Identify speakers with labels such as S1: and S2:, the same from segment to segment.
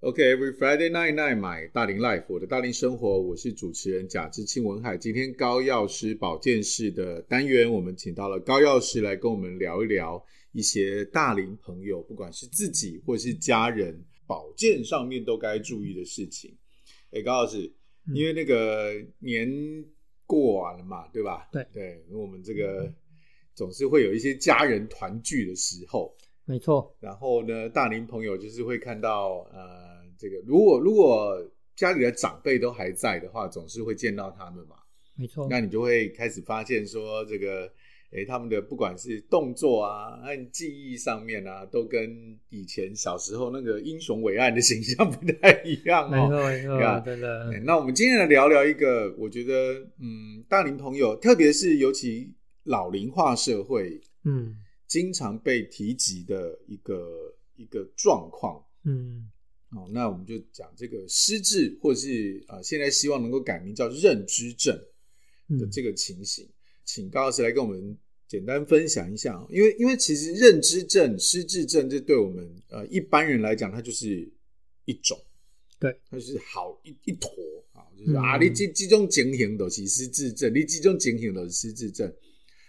S1: OK，Every、Friday night night 买大龄 life 我的大龄生活，我是主持人贾之庆文海。今天高药师保健室的单元，我们请到了高药师来跟我们聊一聊一些大龄朋友，不管是自己或是家人，保健上面都该注意的事情。哎，高老师，因为那个年过完了嘛，对吧？
S2: 对
S1: 对，因为我们这个总是会有一些家人团聚的时候。
S2: 没错，
S1: 然后呢，大龄朋友就是会看到，呃，这个如果如果家里的长辈都还在的话，总是会见到他们嘛。
S2: 没错，
S1: 那你就会开始发现说，这个，诶，他们的不管是动作啊，按记忆上面啊，都跟以前小时候那个英雄伟岸的形象不太一样
S2: 没
S1: 哦。嗯
S2: 错，没
S1: 呀
S2: 错，真的
S1: 诶，那我们今天来聊聊一个，我觉得，嗯，大龄朋友，特别是尤其老龄化社会，
S2: 嗯
S1: 经常被提及的一个一个状况
S2: 嗯
S1: 哦。那我们就讲这个失智，或是呃，现在希望能够改名叫认知症的
S2: 嗯，
S1: 这个情形，请高老师来跟我们简单分享一下。哦因为因为其实认知症、失智症，这对我们呃一般人来讲，它就是一种，
S2: 对，
S1: 它就是好一一坨啊，就是、啊，
S2: 嗯
S1: 你这这种情形都是失智症，你这种情形都是失智症，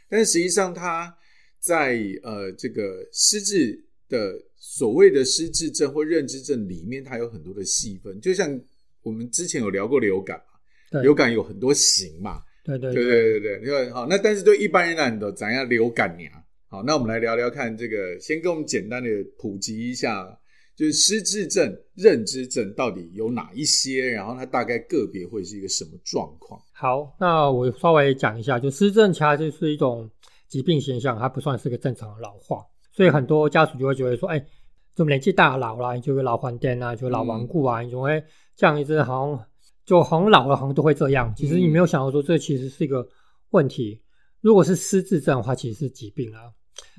S1: 但实际上它在呃这个失智的所谓的失智症或认知症里面，它有很多的细分，就像我们之前有聊过流感嘛，
S2: 对
S1: 流感有很多型嘛，
S2: 对对
S1: 对对对对，流感好。那但是对一般人来讲，怎样流感呀？好，那我们来聊聊看这个，先跟我们简单的普及一下，就是失智症、认知症到底有哪一些，然后它大概个别会是一个什么状况？
S2: 好，那我稍微讲一下，就失智它就是一种疾病现象，它不算是个正常的老化，所以很多家属就会觉得说，哎，怎么年纪大老啦，你就会老黄疸啊，就老顽固啊，你就会这样一直好像就好像老了好像都会这样。其实你没有
S1: 嗯
S2: 想到说，这其实是一个问题。如果是失智症的话，其实是疾病啊，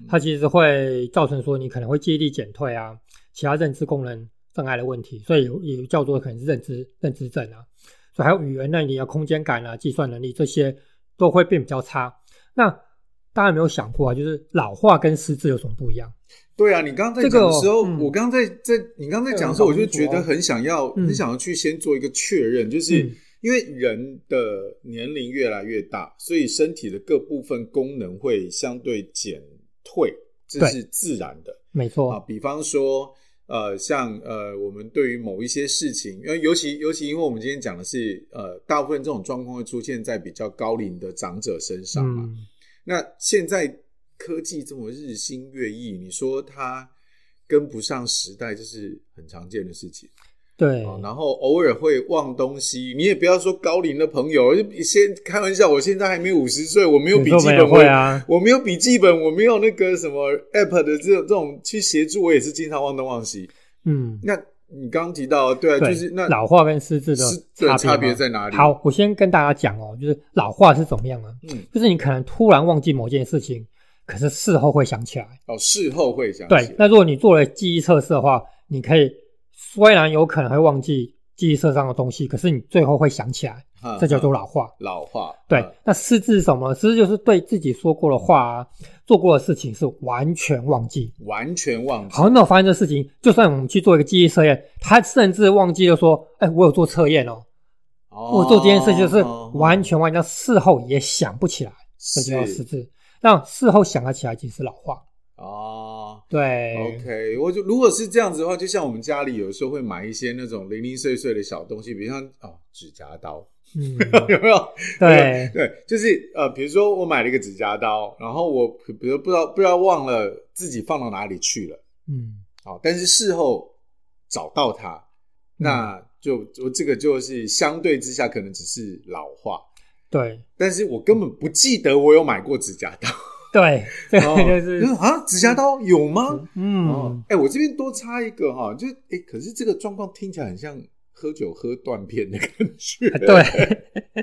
S1: 嗯
S2: 它其实会造成说你可能会记忆力减退啊，其他认知功能障碍的问题，所以也叫做可能是认知认知症啊。所以还有语言能力啊、空间感啊、计算能力这些都会变比较差。那大家有没有想过啊，就是老化跟失智有什么不一样？
S1: 对啊，你刚刚在
S2: 这个
S1: 讲的时候，
S2: 哦嗯
S1: 我刚刚在在你刚刚在讲的时候，我就觉得很想要，
S2: 嗯
S1: 很想要去先做一个确认，就是。
S2: 嗯
S1: 因为人的年龄越来越大，所以身体的各部分功能会相对减退，这
S2: 对
S1: 是自然的。
S2: 没
S1: 啊，
S2: 错，
S1: 比方说，呃，像呃，我们对于某一些事情，因为尤其尤其因为我们今天讲的是，呃，大部分这种状况会出现在比较高龄的长者身上嘛。
S2: 嗯，
S1: 那现在科技这么日新月异，你说它跟不上时代，这是很常见的事情。
S2: 对，
S1: 哦然后偶尔会忘东西，你也不要说高龄的朋友，就先开玩笑，我现在还没五十岁，我没有
S2: 有
S1: 笔
S2: 时候
S1: 记
S2: 我们也
S1: 本，我
S2: 会啊，
S1: 我没有笔记本，我没有那个什么 app 的这种这种去协助，我也是经常忘东忘西。
S2: 嗯，
S1: 那你刚刚提到，对啊，就
S2: 对，
S1: 是那
S2: 老化跟失智的
S1: 是对
S2: 差
S1: 差别
S2: 别吗
S1: 在哪里？，
S2: 好，我先跟大家讲哦，就是老化是怎么样啊？
S1: 嗯，
S2: 就是你可能突然忘记某件事情，可是事后会想起来。
S1: 哦，事后会想起
S2: 对，那如果你做了记忆测试的话，你可以虽然有可能会忘记记忆测上的东西，可是你最后会想起来，
S1: 嗯
S2: 这叫做
S1: 嗯
S2: 老化。
S1: 老化。
S2: 对
S1: 嗯，
S2: 那失智是什么？失智就是对自己说过的话、啊、做过的事情是完全忘记，
S1: 完全忘记
S2: 好。像没有发生这事情。就算我们去做一个记忆测验，他甚至忘记了说：“哎，我有做测验哦，
S1: 我
S2: 我做这件事就是
S1: 哦
S2: 完全忘记，那事后也想不起来，这就叫失智。”那事后想得起来，其实是老化。
S1: 哦。
S2: 对
S1: OK，我就如果是这样子的话，就像我们家里有时候会买一些那种零零碎碎的小东西，比如像哦指甲刀，
S2: 嗯，
S1: 有没有？
S2: 对，
S1: 对，就是呃，比如说我买了一个指甲刀，然后我比如不知道不知道忘了自己放到哪里去了，
S2: 嗯，
S1: 好，但是事后找到它，
S2: 嗯
S1: 那就就这个就是相对之下可能只是老化，
S2: 对。
S1: 但是我根本不记得我有买过指甲 刀，
S2: 对，这
S1: 哦
S2: 个就是、
S1: 啊，指甲刀有吗？
S2: 嗯，
S1: 哦，哎，我这边多插一个哈，就是哎，可是这个状况听起来很像喝酒喝断片的感觉，
S2: 啊对，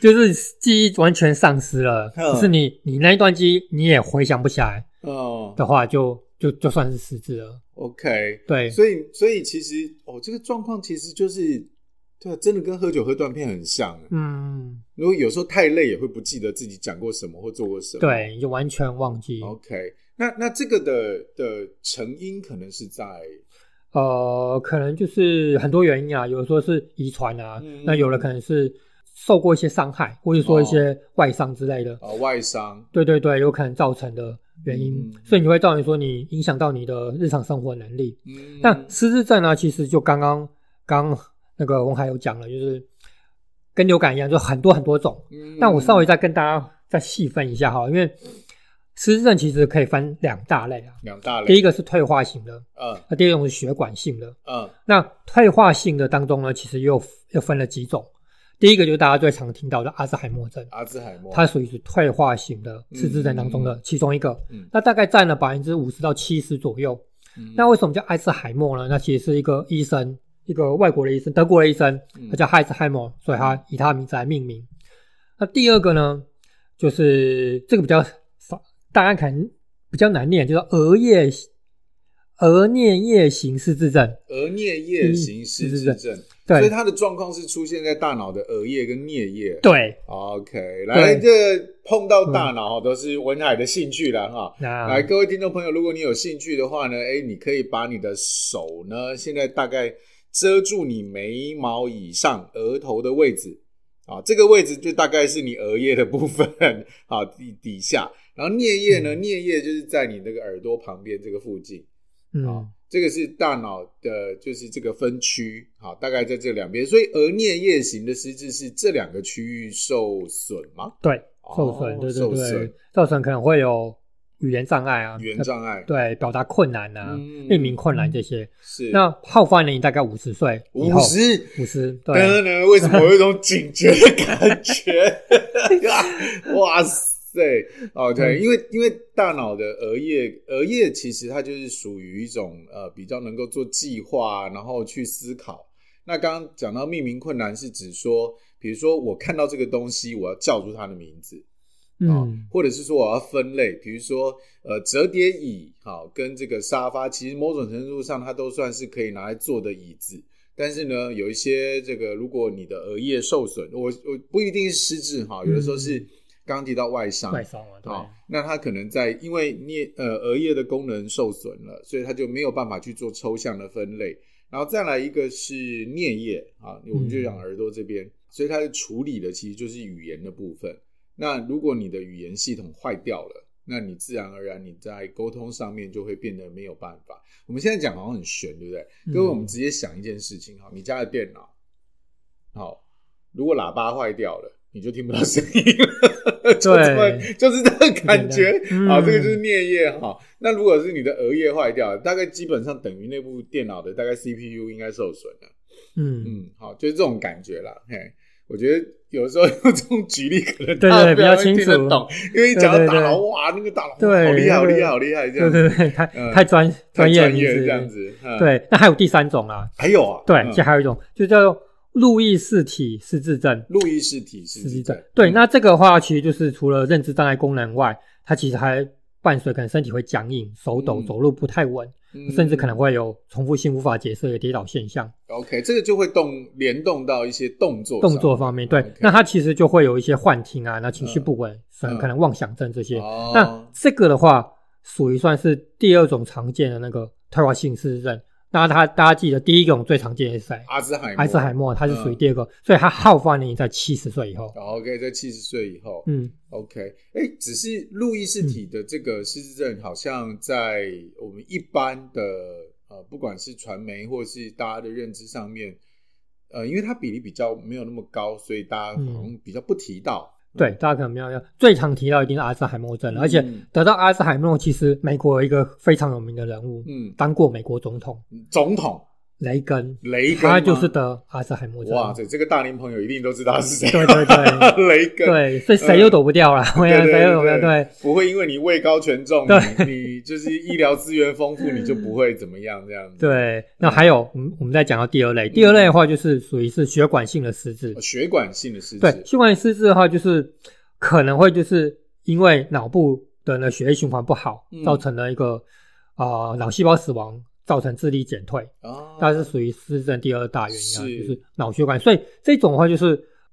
S2: 就是记忆完全丧失了，
S1: 嗯
S2: 可是你你那一段记忆你也回想不起来
S1: 哦
S2: 的话就，就就算是失智了。
S1: ，OK，
S2: 对，
S1: 所以，所以其实哦，这个状况其实就是，对啊，真的跟喝酒喝断片很像。啊
S2: 嗯，
S1: 如果有时候太累，也会不记得自己讲过什么或做过什么。
S2: 对，你就完全忘记。
S1: ，OK 那。那这个的的成因可能是在
S2: 呃，可能就是很多原因啊，有的说是遗传啊，
S1: 嗯
S2: 那有的可能是受过一些伤害，或者说一
S1: 哦
S2: 些外伤之类的。
S1: 啊、外伤，
S2: 对对对，有可能造成的原因，
S1: 嗯
S2: 所以你会造成说你影响到你的日常生活能力。
S1: 嗯，
S2: 那失智症呢，其实就刚刚刚那个红海有讲了，就是跟流感一样，就很多很多种。
S1: 嗯
S2: 那我稍微再跟大家再细分一下哈，因为失智症其实可以分两大类啊，
S1: 两大
S2: 第
S1: 类，
S2: 一个是退化型的，
S1: 嗯
S2: 那第二种是血管性的。
S1: 嗯
S2: 那退化性的当中呢，其实又又分了几种。第一个就是大家最常听到的阿兹海默症，
S1: 阿兹海默，
S2: 它属于是退化型的失智症当中的其中一个
S1: 嗯嗯，
S2: 那大概占了百分之五十到七十左右。
S1: 嗯
S2: 那为什么叫阿兹海默呢？那其实是一个医生，一个外国的医生，德国的医生
S1: 嗯，
S2: 他叫阿兹海默，所以他以他的名字来命名。那第二个呢，就是这个比较少，大家可能比较难念，就是额叶额颞叶型失智症。
S1: 额颞叶
S2: 嗯
S1: 型失智症，所以
S2: 对
S1: 它的状况是出现在大脑的额叶跟颞叶。
S2: 对，
S1: OK，来，这个碰到大脑都是文海的兴趣了哈。
S2: 那
S1: 来，各位听众朋友，如果你有兴趣的话呢，哎，你可以把你的手呢，现在大概遮住你眉毛以上额头的位置啊，这个位置就大概是你额叶的部分啊底底下，然后颞叶呢，
S2: 嗯
S1: 颞叶就是在你那个耳朵旁边这个附近。
S2: 嗯
S1: 啊，这个是大脑的，就是这个分区，好，大概在这两边，所以额颞叶型的失智是这两个区域受损吗？
S2: 对，
S1: 哦
S2: 受损，对对
S1: 受损
S2: 对，造成可能会有语言障碍啊，
S1: 语言障碍
S2: 对，表达困难啊，
S1: 嗯
S2: 命名困难这些。
S1: 是
S2: 那好发年龄大概五十岁以
S1: 五
S2: 后，
S1: 十。
S2: 五十，对，
S1: 噔噔，为什么有一种警觉的感觉？哇塞！哦，对，因为因为大脑的额叶额叶其实它就是属于一种呃比较能够做计划，然后去思考。那刚刚讲到命名困难，是指说，比如说我看到这个东西，我要叫出它的名字，啊
S2: 嗯，
S1: 或者是说我要分类，比如说呃折叠椅好、跟这个沙发，其实某种程度上它都算是可以拿来坐的椅子。但是呢，有一些这个，如果你的额叶受损，我我不一定是失智哈，有的时候是
S2: 嗯
S1: 刚刚提到外伤，
S2: 外伤啊，对，
S1: 好，哦那他可能在因为颞呃额叶的功能受损了，所以他就没有办法去做抽象的分类。然后再来一个是颞叶啊，我们就讲耳朵这
S2: 嗯
S1: 边，所以它的处理的其实就是语言的部分。那如果你的语言系统坏掉了，那你自然而然你在沟通上面就会变得没有办法。我们现在讲好像很玄，对不对？
S2: 嗯
S1: 各位，我们直接想一件事情哈，你家的电脑，好，如果喇叭坏掉了，你就听不到声音了， 就这么
S2: 对
S1: 就是这个感觉
S2: 简单嗯
S1: 好，这个就是颞叶哈。那如果是你的额叶坏掉了，大概基本上等于那部电脑的大概 CPU 应该受损了，
S2: 嗯，
S1: 嗯，好，就是这种感觉啦，嘿。我觉得有时候用这种举例可能
S2: 对
S1: 大家
S2: 对
S1: 不
S2: 比较
S1: 要听
S2: 清
S1: 得
S2: 楚
S1: 懂，因为一讲到
S2: 对对
S1: 大佬，
S2: 对
S1: 哇，那个大佬
S2: 对
S1: 好厉害，好
S2: 那个
S1: 厉害，好厉害，这
S2: 对
S1: 样子
S2: 对对，太
S1: 嗯
S2: 太专
S1: 太
S2: 专业
S1: 专
S2: 名
S1: 业
S2: 字
S1: 这样，子，嗯，
S2: 对。那还有第三种啊，
S1: 还有啊，
S2: 对，
S1: 嗯
S2: 这还有一种就叫做路易氏体失智症，
S1: 路易氏体失
S2: 失
S1: 智
S2: 智
S1: 症
S2: 症，，对，那这个的话，其实就是除了认知障碍功能外，它其实还伴随可能身体会僵硬、手抖、
S1: 嗯
S2: 走路不太稳，
S1: 嗯
S2: 甚至可能会有重复性无法解释的跌倒现象。
S1: OK，这个就会动联动到一些动哦作上
S2: 动作方面，对
S1: OK
S2: 那它其实就会有一些幻听啊，那情绪
S1: 嗯
S2: 不稳，可能
S1: 嗯
S2: 可能妄想症这些。
S1: 哦
S2: 那这个的话，属于算是第二种常见的那个退化性失智症。那它大家记得第一种最常见的是谁？
S1: 阿兹海默
S2: 阿兹海默，它是属于
S1: 嗯
S2: 第二个，所以它好发年龄在七十岁以后。
S1: 然后 OK，在七十岁以后、
S2: 嗯，
S1: o k 哎，只是路易氏体的这个失智症，好像在我们一般的呃，不管是传媒或是大家的认知上面，呃，因为它比例比较没有那么高，所以大家好
S2: 嗯
S1: 像比较不提到。
S2: 对，大家可能没有要最常提到一定是阿兹海默症了，而且
S1: 嗯
S2: 得到阿兹海默，其实美国有一个非常有名的人物，
S1: 嗯，
S2: 当过美国总统
S1: 总统
S2: 雷根，
S1: 雷根吗，
S2: 他就是得阿兹海默症。
S1: 哇塞，这个大龄朋友一定都知道是谁，
S2: 对对 对
S1: 雷根，
S2: 对，所以谁都躲不掉 啦，我想
S1: 呃对
S2: 谁
S1: 对
S2: 都躲不掉。对，
S1: 不会因为你位高权重，
S2: 对
S1: 你你就是医疗资源丰富，你就不会怎么样这样子。
S2: 对，那还有，我们我们再讲到第二类，第二类的话就是属于是血管性的失智
S1: 呃，。血管性的失
S2: 对，
S1: 智，
S2: 血管性失智的话，就是可能会就是因为脑部的呢血液循环不好
S1: 嗯，
S2: 造成了一个啊脑细胞死亡，造成智力减退。
S1: 啊，
S2: 它是属于失智症第二大原因啊，
S1: 是
S2: 就是脑血管。所以这种的话，就是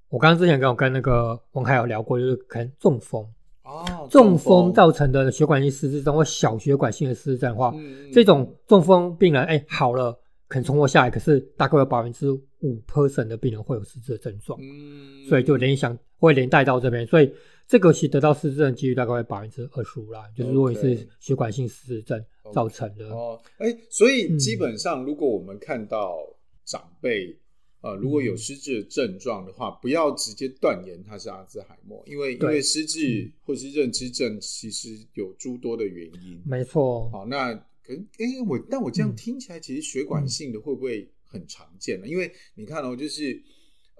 S2: 我刚刚之前跟我跟那个文凯有聊过，就是可能中风，
S1: 哦
S2: 中风造成的血管性失智症或小血管性的失智症的话，
S1: 嗯嗯
S2: 这种中风病人哎好了，肯存活下来，可是大概有百分之五 percent 的病人会有失智的症状，
S1: 嗯，
S2: 所以就联想会连带到这边，所以这个其实得到失智症几率大概会百分之二十五啦，就是如果你
S1: OK
S2: 是血管性失智症造成的，
S1: 哦，哎，所以
S2: 嗯
S1: 基本上，如果我们看到长辈、呃，如果有失智的症状的话，不要直接断言他是阿兹海默，因为因
S2: 嗯对
S1: 为失智或是认知症其实有诸多的原因。
S2: 没错，
S1: 好，那可哎，我但我这样
S2: 嗯
S1: 听起来，其实血管性的会不会很常见呢？因为你看哦，就是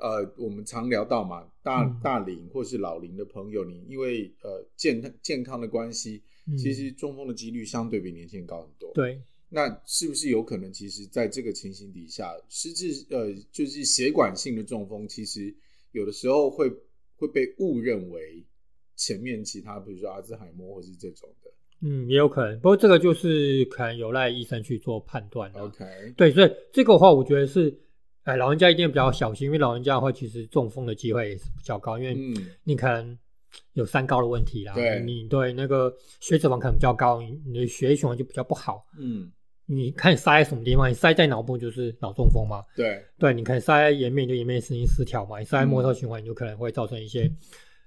S1: 呃，我们常聊到嘛，大
S2: 嗯
S1: 大龄或是老龄的朋友，你因为呃健健康的关系，
S2: 嗯
S1: 其实中风的几率相对比年轻人高很多。。
S2: 对，
S1: 那是不是有可能，其实在这个情形底下，失智呃，就是血管性的中风，其实有的时候会会被误认为前面其他，比如说阿兹海默或是这种的。
S2: 嗯，也有可能，不过这个就是可能有赖医生去做判断了。
S1: OK，
S2: 对，啊所以这个的话，我觉得是，哎，老人家一定比较小心，因为老人家的话，其实中风的机会也是比较高，因为
S1: 嗯，
S2: 你可能有三高的问题啦，
S1: 对
S2: 你对那个血脂肪可能比较高，你你的血液循环就比较不好。
S1: 嗯，
S2: 你看你塞在什么地方？你塞在脑部就是脑中风嘛，
S1: 对，
S2: 对，你可能塞在颜面就颜面神经失调嘛，你塞在
S1: 嗯
S2: 末梢循环，你就可能会造成一些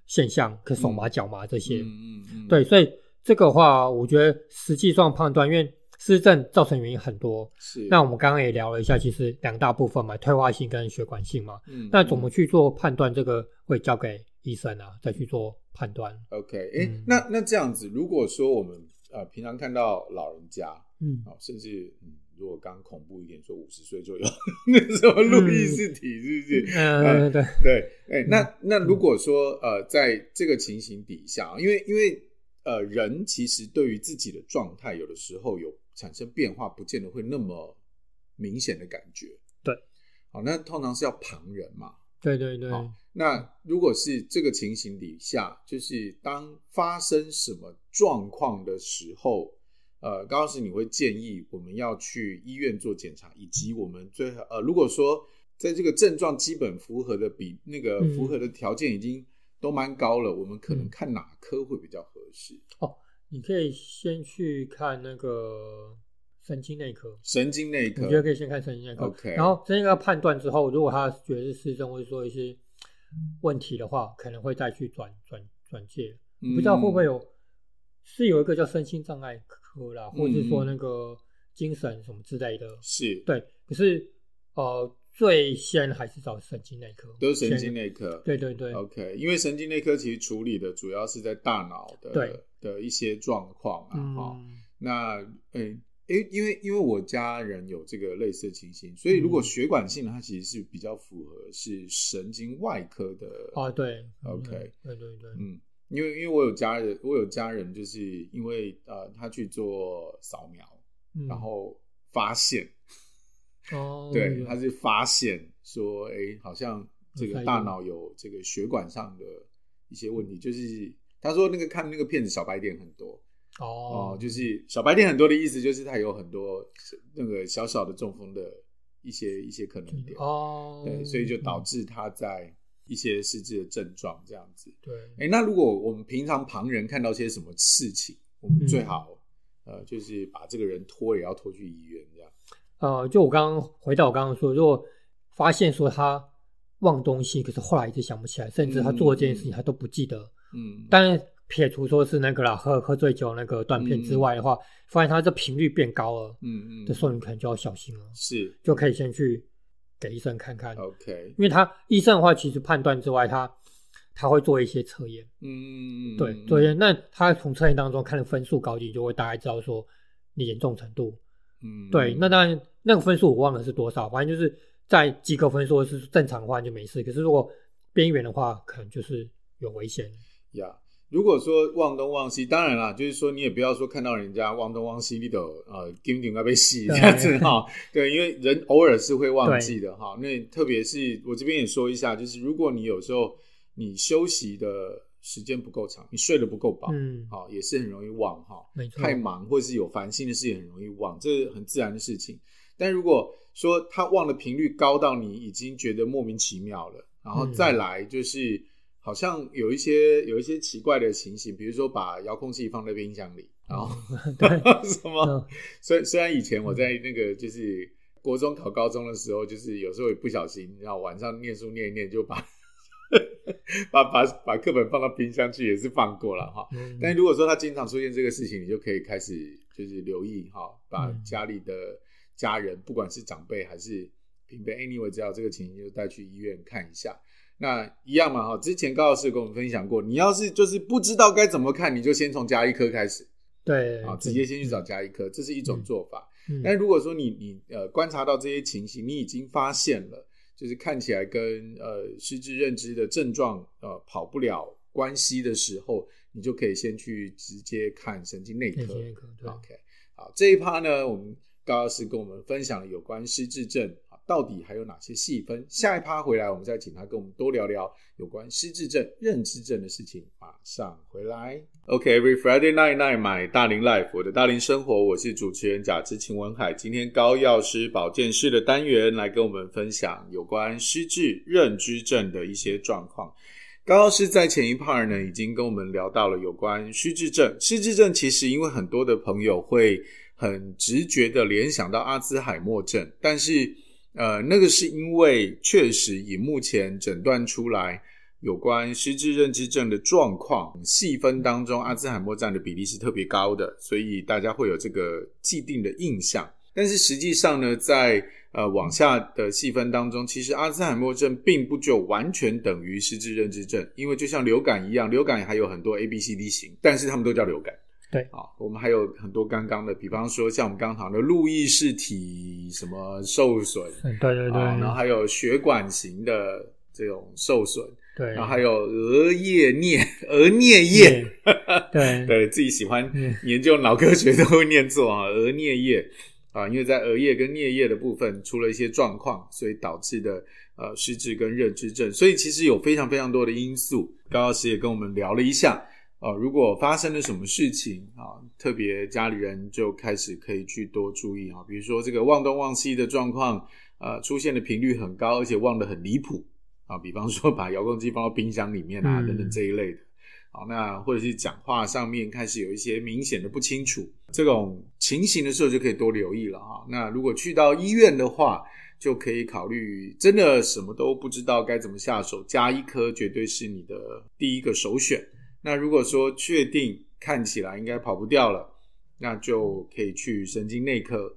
S2: 现象，可手麻脚麻这些。
S1: 嗯嗯嗯，
S2: 对，，所以这个的话，我觉得实际上判断，因为失智症造成原因很多，
S1: 是。
S2: 那我们刚刚也聊了一下，其实两大部分嘛，退化性跟血管性嘛。
S1: 嗯，
S2: 那怎么去做判断？这个会交给医生啊，再去做判断。
S1: 嗯 OK？哎、
S2: 嗯
S1: 那那这样子，如果说我们呃平常看到老人家，
S2: 嗯，
S1: 哦，甚至嗯，如果刚恐怖一点，说五十岁就有那什么路
S2: 嗯
S1: 易斯体，是不是？
S2: 呃，对，
S1: 对，哎、那那
S2: 嗯
S1: 如果说呃，在这个情形底下，因为因为呃，人其实对于自己的状态，有的时候有产生变化，不见得会那么明显的感觉。
S2: 对，
S1: 好，那通常是要旁人嘛。
S2: 对对对，
S1: 好那如果是这个情形底下，就是当发生什么状况的时候，呃，高老师你会建议我们要去医院做检查，以及我们最呃，如果说在这个症状基本符合的比那个
S2: 嗯
S1: 符合的条件已经都蛮高了，我们可能
S2: 嗯
S1: 看哪科会比较合适？
S2: 你可以先去看那个神经内科，
S1: 神经内科
S2: 我觉得可以先看神经内科。
S1: OK
S2: 然后神经内科判断之后，如果他觉得是失症或者说一些问题的话，可能会再去转转转介。不知道会不会
S1: 有？
S2: 有，是有一个叫身心障碍科啦，或者是说
S1: 嗯嗯
S2: 那个精神什么之类的。
S1: 是，
S2: 对，可是呃，最先还是找神经内科，
S1: 都是神经
S2: 内。
S1: 内科。
S2: 对对对，
S1: OK，因为神经内科其实处理的主要是在大脑的
S2: 对
S1: 的一些状况啊，哈、
S2: 嗯，
S1: 那诶，因因为因为我家人有这个类似的情形，所以如果
S2: 嗯
S1: 血管性的，它其实是比较符合是神经外科的
S2: 啊对
S1: OK
S2: 对对对，
S1: 嗯，因为因为我有家人，我有家人就是因为呃，他去做扫描，
S2: 嗯
S1: 然后发现，
S2: 哦，
S1: 对，他是发现说，诶，好像这
S2: 有
S1: 个
S2: 塞
S1: 大
S2: 住
S1: 脑有这个血管上的一些问题，就是他说那个看那个片子小白点很多，哦
S2: 哦，，
S1: 就是小白点很多的意思，就是它有很多那个小小的中风的一些一些可能点，
S2: 哦，
S1: 对，所以就导
S2: 嗯
S1: 致它在一些失智的症状这样子。
S2: 对，
S1: 哎，那如果我们平常旁人看到些什么事情，我们最好、
S2: 嗯
S1: 呃就是把这个人拖也要拖去医院这样。
S2: 呃，就我刚刚回到我刚刚说，如果发现说他忘东西，可是后来一直想不起来，甚至他做这件事情
S1: 嗯嗯
S2: 他都不记得，
S1: 嗯，
S2: 当然撇除说是那个啦，喝喝醉酒那个断片之外的话，发现它这频率变高了，
S1: 嗯嗯嗯，
S2: 这时候你可能就要小心了，
S1: 是
S2: 就可以先去给医生看看，
S1: OK，
S2: 因为他医生的话，其实判断之外，他他会做一些测验，
S1: 嗯嗯嗯，
S2: 对，
S1: 嗯
S2: 做一些，那他从测验当中看的分数高低，就会大概知道说你严重程度，
S1: 嗯，
S2: 对，那当然那个分数我忘了是多少，反正就是在及格分数是正常的话就没事，可是如果边缘的话，可能就是有危险，
S1: 呀如果说忘东忘西，当然啦，就是说你也不要说看到人家忘东忘西，你都呃盯盯要被戏这
S2: 对
S1: 样子哈。对，因为人偶尔是会忘记的哈。那特别是我这边也说一下，就是如果你有时候你休息的时间不够长，你睡得不够饱，
S2: 嗯，
S1: 好、也是很容易忘哈。
S2: 没错，
S1: 太忙或是有烦心的事也很容易忘，这是很自然的事情。但如果说他忘的频率高到你已经觉得莫名其妙了，然后
S2: 嗯
S1: 再来就是、好像有一些有一些奇怪的情形，比如说把遥控器放在 冰箱里，然后、
S2: 嗯对。
S1: 什么？
S2: 嗯
S1: 虽虽然以前我在那个就是国中考高中的时候，就是有时候也不小心，然后晚上念书念一念，就把 把把把课本放到冰箱去，也是放过了哈。
S2: 嗯
S1: 但如果说他经常出现这个事情，你就可以开始就是留意哈，把
S2: 嗯
S1: 家里的家人，不管是长辈还是平辈，anyway，只要有这个情形就带去医院看一下。那一样嘛哈，之前高老师有跟我们分享过，你要是就是不知道该怎么看，你就先从加医科开始
S2: 对
S1: 啊，
S2: 对
S1: 直接先去找哎加医科，这是一种做法。
S2: 嗯
S1: 但如果说你你呃观察到这些情形，你已经发现了，就是看起来跟呃失智认知的症状呃跑不了关系的时候，你就可以先去直接看神经内科。
S2: 内科内科对
S1: OK，好，这一趴呢，我们高老师跟我们分享了有关失智症啊，到底还有哪些细分？下一趴回来，我们再请他跟我们多聊聊有关失智症、认知症的事情。马上回来。OK，Every、Friday night night，买大龄 life，我的大龄生活，我是主持人贾之秦文海。今天高药师保健室的单元来跟我们分享有关失智、认知症的一些状况。高老师在前一 part 呢，已经跟我们聊到了有关失智症。失智症其实因为很多的朋友会很直觉的联想到阿兹海默症，但是呃，那个是因为确实以目前诊断出来有关失智认知症的状况细分当中，阿兹海默症的比例是特别高的，所以大家会有这个既定的印象。但是实际上呢，在呃往下的细分当中，其实阿兹海默症并不就完全等于失智认知症，因为就像流感一样，流感还有很多 A、B、C、D 型，但是它们都叫流感。
S2: 对
S1: 啊、我们还有很多刚刚的，比方说像我们刚刚谈的路易氏体什么受损
S2: 嗯对对对，
S1: 啊，然后还有血管型的这种受损，
S2: 对，
S1: 然后还有额叶颞额颞叶，
S2: 对
S1: 对自己喜欢
S2: 嗯
S1: 研究脑科学都会念错啊，额颞叶啊，因为在额叶跟颞叶的部分出了一些状况，所以导致的呃失智跟认知症，所以其实有非常非常多的因素。高老师也跟我们聊了一下，呃，如果发生了什么事情啊，特别家里人就开始可以去多注意啊，比如说这个忘东忘西的状况，呃，出现的频率很高，而且忘得很离谱啊，比方说把遥控器放到冰箱里面啊，
S2: 嗯
S1: 等等这一类的。好，那或者是讲话上面开始有一些明显的不清楚，这种情形的时候就可以多留意了哈。那如果去到医院的话，就可以考虑真的什么都不知道该怎么下手，加医科绝对是你的第一个首选。那如果说确定看起来应该跑不掉了，那就可以去神经内科。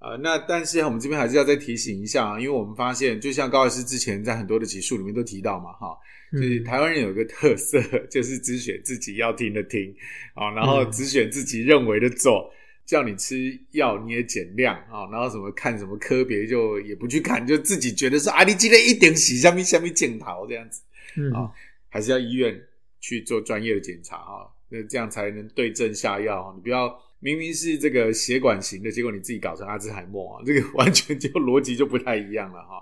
S1: 呃，那但是我们这边还是要再提醒一下啊，因为我们发现，就像高老师之前在很多的集数里面都提到嘛，哈，就是
S2: 嗯
S1: 台湾人有一个特色，就是只选自己要听的听啊，然后只选自己认为的做。叫你吃药你也减量啊，然后什么看什么科别就也不去看，就自己觉得说啊，你今天一定洗下面下面镜头这样子，
S2: 嗯
S1: 啊还是要医院去做专业的检查啊，那这样才能对症下药啊。你不要明明是这个血管型的，结果你自己搞成阿兹海默啊， 这个完全就逻辑就不太一样了哈、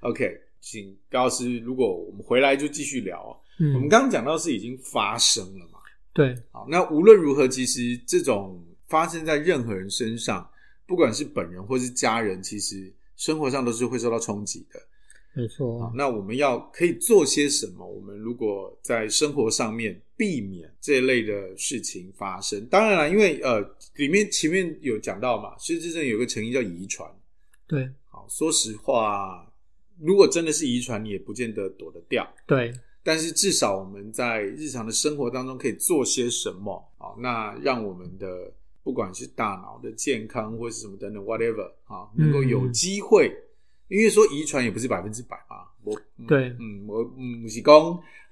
S1: OK，请高老师，如果我们回来就继续聊哦。
S2: 嗯
S1: 我们刚刚讲到是已经发生了嘛，
S2: 对
S1: 好，那无论如何，其实这种发生在任何人身上，不管是本人或是家人，其实生活上都是会受到冲击的。
S2: 没
S1: 好
S2: 错，
S1: 那我们要可以做些什么？我们如果在生活上面避免这一类的事情发生，当然了，因为呃，里面前面有讲到嘛，失智症有个成因叫遗传。
S2: 对
S1: 好，说实话，如果真的是遗传，你也不见得躲得掉。
S2: 对
S1: 但是至少我们在日常的生活当中可以做些什么啊？那让我们的不管是大脑的健康或是什么等等 whatever 啊，能够有机会，
S2: 嗯
S1: 因为说遗传也不是百分之百嘛。我
S2: 对
S1: 嗯，我嗯不是讲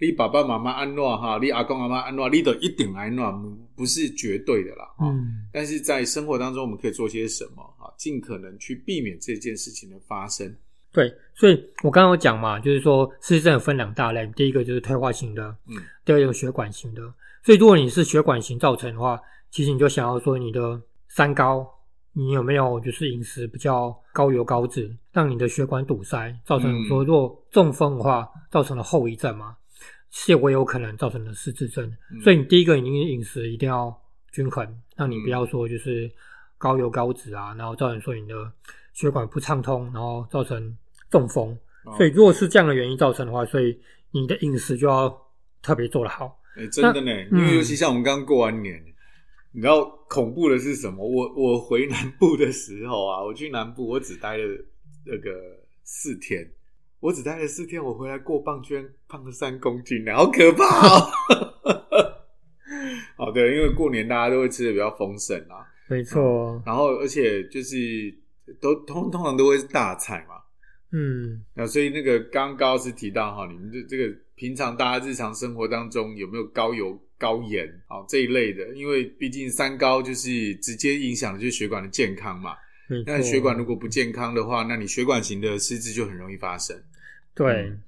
S1: 你爸爸妈妈安诺哈，你阿公阿妈安诺，你都一定安诺，不是绝对的啦。啊
S2: 嗯
S1: 但是在生活当中，我们可以做些什么啊？尽可能去避免这件事情的发生。
S2: 对，所以我刚刚有讲嘛，就是说失智症有分两大类，第一个就是退化型的，
S1: 嗯，
S2: 第二个有血管型的。所以如果你是血管型造成的话，其实你就想要说你的三高，你有没有就是饮食比较高油高脂，让你的血管堵塞，造成
S1: 嗯
S2: 说如果中风的话，造成了后遗症嘛，是我有可能造成的失智症。
S1: 嗯
S2: 所以你第一个，你饮食一定要均衡，让你不要说就是高油高脂啊，然后造成说你的血管不畅通，然后造成中风。
S1: 哦
S2: 所以如果是这样的原因造成的话，所以你的饮食就要特别做得好。
S1: 哎、真的呢，因
S2: 那
S1: 为尤其像我们刚过完年，你知道恐怖的是什么？我我回南部的时候啊，我去南部，我只待了那个四天，我只待了四天，我回来过磅，居然胖了三公斤呢，好可怕哦！ 哦，对，因为过年大家都会吃的比较丰盛啊，
S2: 没错，
S1: 然后而且就是都通通常都会是大菜嘛，
S2: 嗯，
S1: 那所以那个刚刚高老师提到哈，你们这这个平常大家日常生活当中有没有高油、高盐啊这一类的？因为毕竟三高就是直接影响的就是血管的健康嘛。
S2: 没错。
S1: 那血管如果不健康的话，那你血管型的失智就很容易发生。
S2: 对
S1: 嗯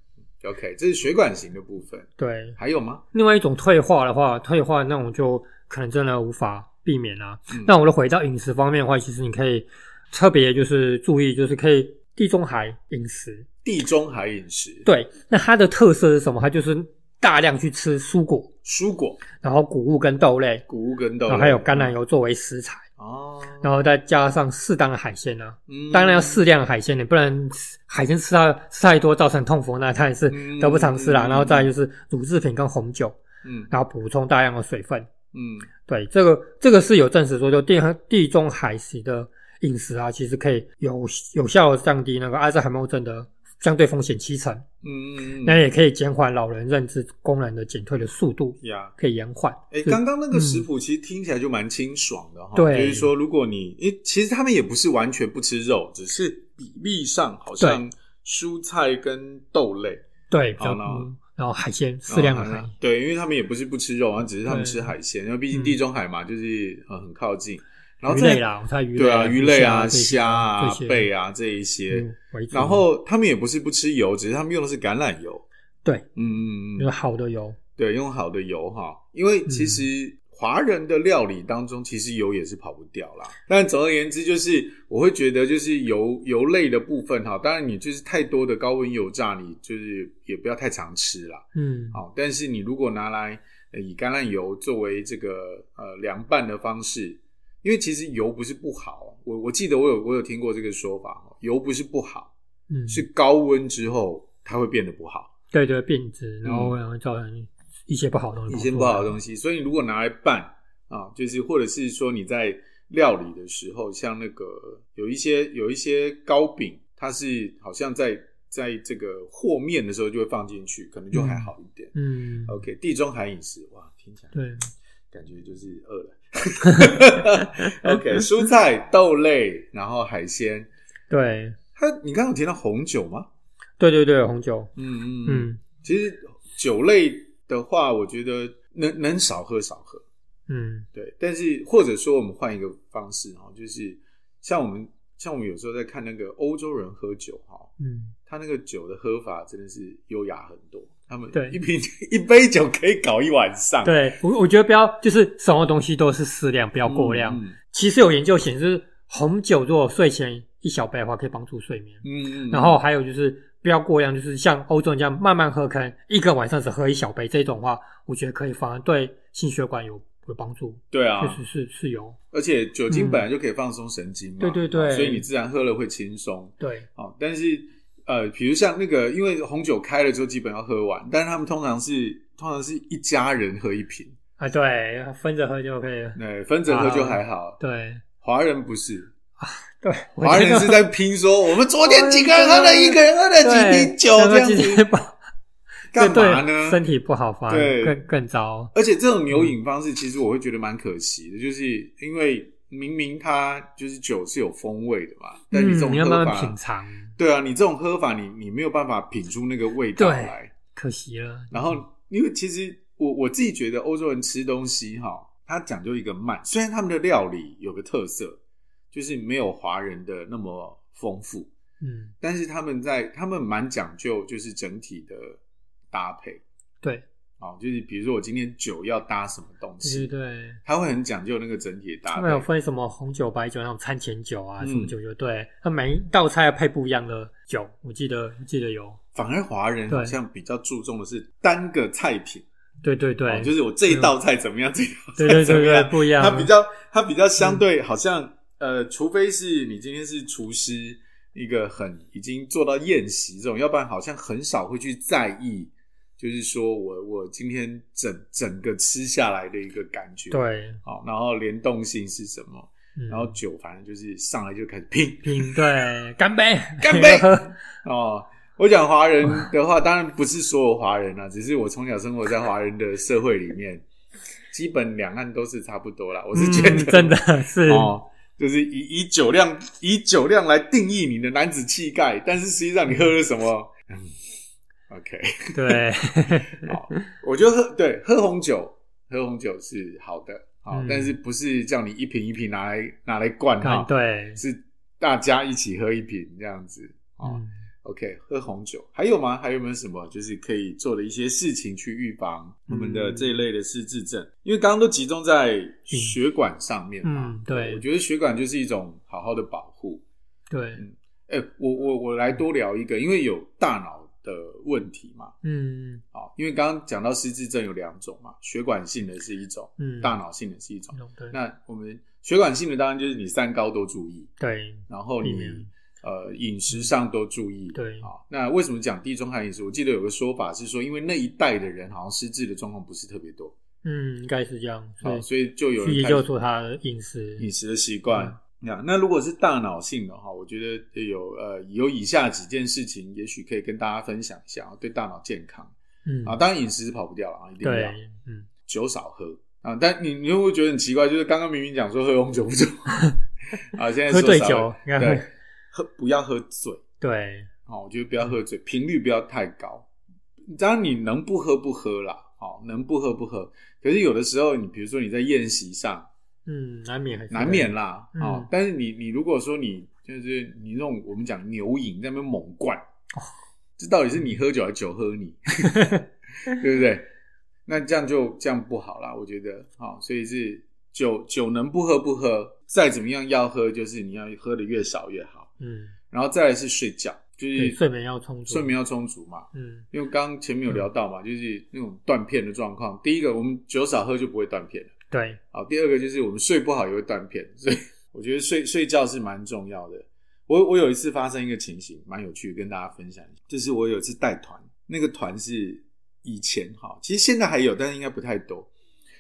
S1: OK，这是血管型的部分，
S2: 对，
S1: 还有吗？
S2: 另外一种退化的话，退化那种就可能真的无法避免啊。
S1: 嗯
S2: 那我们回到饮食方面的话，其实你可以特别就是注意，就是可以地中海饮食。
S1: 地中海饮食，
S2: 对，那它的特色是什么？它就是大量去吃蔬果，
S1: 蔬果、
S2: 然后谷物跟豆类，
S1: 谷物跟豆
S2: 然
S1: 类，嗯
S2: 后啊还有橄榄油作为食材，
S1: 哦，
S2: 然后再加上适当的海鲜啊。
S1: 嗯
S2: 当然要适量的海鲜，你不然海鲜吃到吃太多造成痛风，那它也是
S1: 嗯
S2: 得不偿失啦。
S1: 嗯
S2: 然后再来就是乳制品跟红酒，
S1: 嗯
S2: 然后补充大量的水分。
S1: 嗯
S2: 对，这个这个是有证实说，就地地中海型的饮食啊，其实可以有有效的降低那个阿兹海默症的相对风险七成，
S1: 嗯嗯
S2: 那
S1: 嗯，
S2: 也可以减缓老人认知功能的减退的速度，
S1: 呀。
S2: 可以延缓。
S1: 哎，
S2: 是嗯
S1: 刚刚那个食谱其实听起来就蛮清爽的哈、
S2: 对
S1: 就是说如果你，诶，其实他们也不是完全不吃肉，只是比例上好像蔬菜跟豆类，
S2: 对，比较
S1: 好了哦
S2: 嗯然后海鲜适量的海
S1: 然后呢对，因为他们也不是不吃肉啊，只是他们吃海鲜，因为毕竟
S2: 嗯
S1: 地中海嘛，就是呃很靠近，然后
S2: 鱼
S1: 再
S2: 类啦，我猜鱼
S1: 对啊，鱼类啊、
S2: 虾
S1: 虾啊、贝
S2: 啊
S1: 啊这一
S2: 这些
S1: 些、
S2: 嗯为主，
S1: 然后他们也不是不吃油，只是他们用的是橄榄油，
S2: 对，啊
S1: 嗯嗯
S2: 就是
S1: 嗯，
S2: 好的油，
S1: 对，用好的油哈，因为其实华人的料理当中，其实油也是跑不掉啦。但总而言之，就是我会觉得，就是油油类的部分哈，当然你就是太多的高温油炸，你就是也不要太常吃啦。
S2: 嗯，
S1: 好，但是你如果拿来呃以橄榄油作为这个呃凉拌的方式，因为其实油不是不好，我我记得我有我有听过这个说法哈，油不是不好，
S2: 嗯，
S1: 是高温之后它会变得不好。
S2: 对对变质，然后然后造成一些不好的东
S1: 嗯
S2: 西，
S1: 一些不好的
S2: 西，
S1: 东西，所以如果拿来拌啊，就是或者是说你在料理的时候，像那个有一些有一些糕饼，它是好像在在这个和面的时候就会放进去，可能就还好一点。
S2: 嗯，
S1: OK，地中海饮食哇，听起来
S2: 对，
S1: 感觉就是饿 了。OK，蔬菜、豆类，然后海鲜。
S2: 对，
S1: 它，你刚刚有提到红酒吗？
S2: 对对对，红酒，
S1: 嗯嗯嗯。
S2: 嗯
S1: 其实酒类的话，我觉得能能少喝少喝。
S2: 嗯，
S1: 对，但是或者说我们换一个方式哈，就是像我们像我们有时候在看那个欧洲人喝酒哈，
S2: 嗯，
S1: 他那个酒的喝法真的是优雅很多，他们
S2: 对
S1: 一瓶一杯酒可以搞一晚上，
S2: 嗯对我我觉得不要就是什么东西都是适量，不要
S1: 嗯，
S2: 过量。
S1: 嗯
S2: 其实有研究显示，红酒如果睡前一小杯的话，可以帮助睡眠。
S1: 嗯，嗯
S2: 然后还有就是不要过量，就是像欧洲人这样慢慢喝，可能一个晚上只喝一小杯这种的话，我觉得可以，反而对心血管有有帮助，
S1: 对
S2: 确
S1: 啊
S2: 实，是是有
S1: 而且酒精本来就可以放松神经嘛，
S2: 对对对
S1: 所以你自然喝了会轻松。
S2: 对，
S1: 好，但是呃，比如像那个，因为红酒开了之后基本要喝完，但是他们通常是通常是一家人喝一瓶，
S2: 啊对，分着喝就可以了，
S1: 对，分着喝就还好。
S2: 啊对
S1: 华人不是，
S2: 对，我
S1: 华人
S2: 觉得
S1: 是在拼说，我们昨天几个人喝了一个人喝了几瓶 酒这样
S2: 对
S1: 子，
S2: 不
S1: 干嘛
S2: 对对
S1: 呢？
S2: 身体不好，反而
S1: 对
S2: 更更糟。嗯
S1: 而且这种牛饮方式，其实我会觉得蛮可惜的，就是因为明明它就是酒是有风味的嘛，但你这
S2: 嗯，
S1: 种
S2: 你要慢
S1: 喝
S2: 慢品
S1: 法，
S2: 尝，
S1: 对啊，你这种喝法，你你没有办法品出那个味道
S2: 对
S1: 来。
S2: 可惜了。
S1: 然后，因为其实我我自己觉得欧洲人吃东西哈，它讲究一个慢，虽然他们的料理有个特色，就是没有华人的那么丰富，
S2: 嗯，
S1: 但是他们在他们蛮讲究就是整体的搭配
S2: 对，
S1: 哦，就是比如说我今天酒要搭什么东
S2: 对对
S1: 西，
S2: 对，
S1: 他会很讲究那个整体的搭
S2: 他们有
S1: 配。
S2: 分什么红酒、白酒那种餐前酒啊，
S1: 嗯
S2: 什么酒就对，他每一道菜要配不一样的酒，我记得我记得有，
S1: 反而华人
S2: 对
S1: 好像比较注重的是单个菜品，
S2: 对对对，嗯
S1: 哦就是我这一道菜怎么样，这一道
S2: 对
S1: 菜
S2: 对
S1: 怎么
S2: 对对，
S1: 样，
S2: 不一样，嗯
S1: 它比较它比较相对好像呃，除非是你今天是厨师，一个很已经做到宴席这种，要不然好像很少会去在意。就是说我我今天整整个吃下来的一个感觉，，
S2: 对，
S1: 好，然后联动性是什么？
S2: 嗯
S1: 然后酒反正就是上来就开始 拼
S2: 拼对，干杯，
S1: 干 杯哦。我讲华人的话，当然不是所有华人啦、啊只是我从小生活在华人的社会里面，基本两岸都是差不多啦。我是觉得、
S2: 嗯真的是，
S1: 哦，就是以以酒量以酒量来定义你的男子气概，但是实际上你喝了什么？嗯，OK，
S2: 对，
S1: 好，我觉得喝对喝红酒，喝红酒是好的，好，
S2: 嗯
S1: 但是不是叫你一瓶一瓶拿来拿来灌哈
S2: 看？，对，
S1: 是大家一起喝一瓶这样子。哦、
S2: 嗯
S1: o k 喝红酒还有吗？还有没有什么就是可以做的一些事情去预防我们
S2: 嗯
S1: 的这一类的失智症？因为刚刚都集中在血管上面嘛。
S2: 嗯对
S1: 我觉得血管就是一种好好的保护。
S2: 对，
S1: 哎、我我我来多聊一个，因为有大脑的问题嘛。
S2: 嗯
S1: 啊、因为刚刚讲到失智症有两种嘛，血管性的是一种，
S2: 嗯，
S1: 大脑性的是一种。
S2: 嗯对
S1: 那我们血管性的当然就是你三高多注意，
S2: 对，
S1: 然后
S2: 避
S1: 你、
S2: 免
S1: 呃饮食上多注意。
S2: 对
S1: 啊，那为什么讲地中海饮食？我记得有个说法是说，因为那一代的人好像失智的状况不是特别多，
S2: 嗯，应该是这样，
S1: 啊，
S2: 所
S1: 所以就
S2: 以
S1: 有
S2: 去
S1: 人
S2: 研
S1: 开
S2: 究
S1: 始
S2: 出他的饮食，
S1: 饮食的习惯
S2: 嗯。
S1: 那、那如果是大脑性的话，我觉得有呃有以下几件事情，也许可以跟大家分享一下，啊对大脑健康
S2: 嗯
S1: 啊。当然饮食是跑不掉了啊，一定要
S2: 对，嗯，
S1: 酒少喝啊。但你你会不会觉得很奇怪？就是刚刚明明讲说喝红酒不酒 啊，现在
S2: 喝
S1: 说
S2: 醉
S1: 少
S2: 酒
S1: 喝
S2: 应该
S1: 对
S2: 会，
S1: 喝不要喝醉。
S2: 对，
S1: 哦，我觉得不要喝醉，频率不要太高。当然你能不喝不喝啦，哦，能不喝不喝。可是有的时候你，比如说你在宴席上，
S2: 嗯，难免还是
S1: 难免啦，
S2: 嗯
S1: 哦，但是你你如果说你就是你那种我们讲牛饮在那边猛灌，这到底是你喝酒还是酒喝你，对不对？那这样就这样不好啦，我觉得，好、所以是酒酒能不喝不喝，再怎么样要喝，就是你要喝的越少越好。
S2: 嗯，
S1: 然后再来是睡觉，就
S2: 对
S1: 是
S2: 睡眠要充足，
S1: 睡眠要充足嘛，
S2: 嗯，
S1: 因为刚刚前面有聊到嘛，就是那种断片的状况。第一个，我们酒少喝就不会断片了。
S2: 对，
S1: 好，第二个就是我们睡不好也会断片，所以 我觉得睡睡觉是蛮重要的。我我有一次发生一个情形，蛮有趣，跟大家分享一下。就是我有一次带团，那个团是以前哈，其实现在还有，但是应该不太多。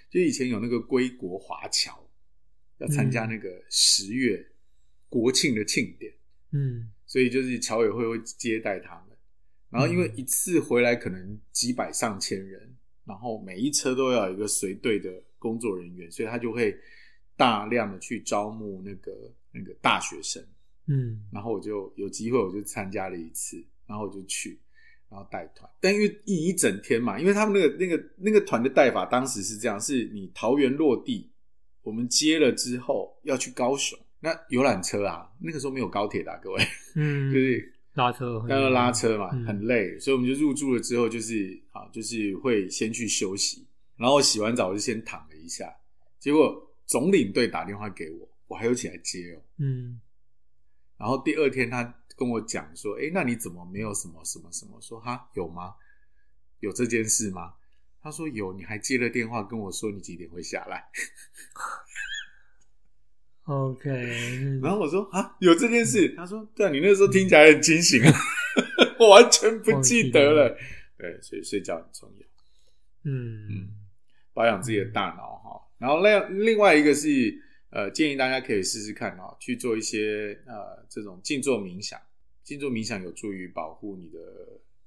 S1: 就以前有那个归国华侨要参加那个十月国庆的庆典。
S2: 嗯，
S1: 所以就是侨委会会接待他们。然后因为一次回来可能几百上千人，然后每一车都要有一个随队的工作人员，所以他就会大量的去招募那个那个大学生。
S2: 嗯，
S1: 然后我就有机会我就参加了一次，然后我就去。然后带团，但因为一一整天嘛，因为他们那个那个那个团的带法当时是这样：是你桃园落地，我们接了之后要去高雄，那游览车啊，那个时候没有高铁的、啊，各位，
S2: 嗯，
S1: 就是
S2: 拉车，
S1: 但要拉，车嘛，
S2: 嗯
S1: 很累，所以我们就入住了之后，就是啊，就是会先去休息，然后洗完澡我就先躺了一下，结果总领队打电话给我，我还有起来接哦，
S2: 嗯，
S1: 然后第二天他跟我讲说，诶，那你怎么没有什么什么什么？说哈有吗？有这件事吗？他说有，你还接了电话跟我说你几点会下来，
S2: OK，
S1: 然后我说啊有这件事，他说对啊，你那时候听起来很清醒啊， 我完全不记得了，对，所以睡觉很重要。
S2: 嗯
S1: 嗯，保养自己的大脑哈。然后另另外一个是呃，建议大家可以试试看哦，去做一些呃这种静坐冥想。静坐冥想有助于保护你的，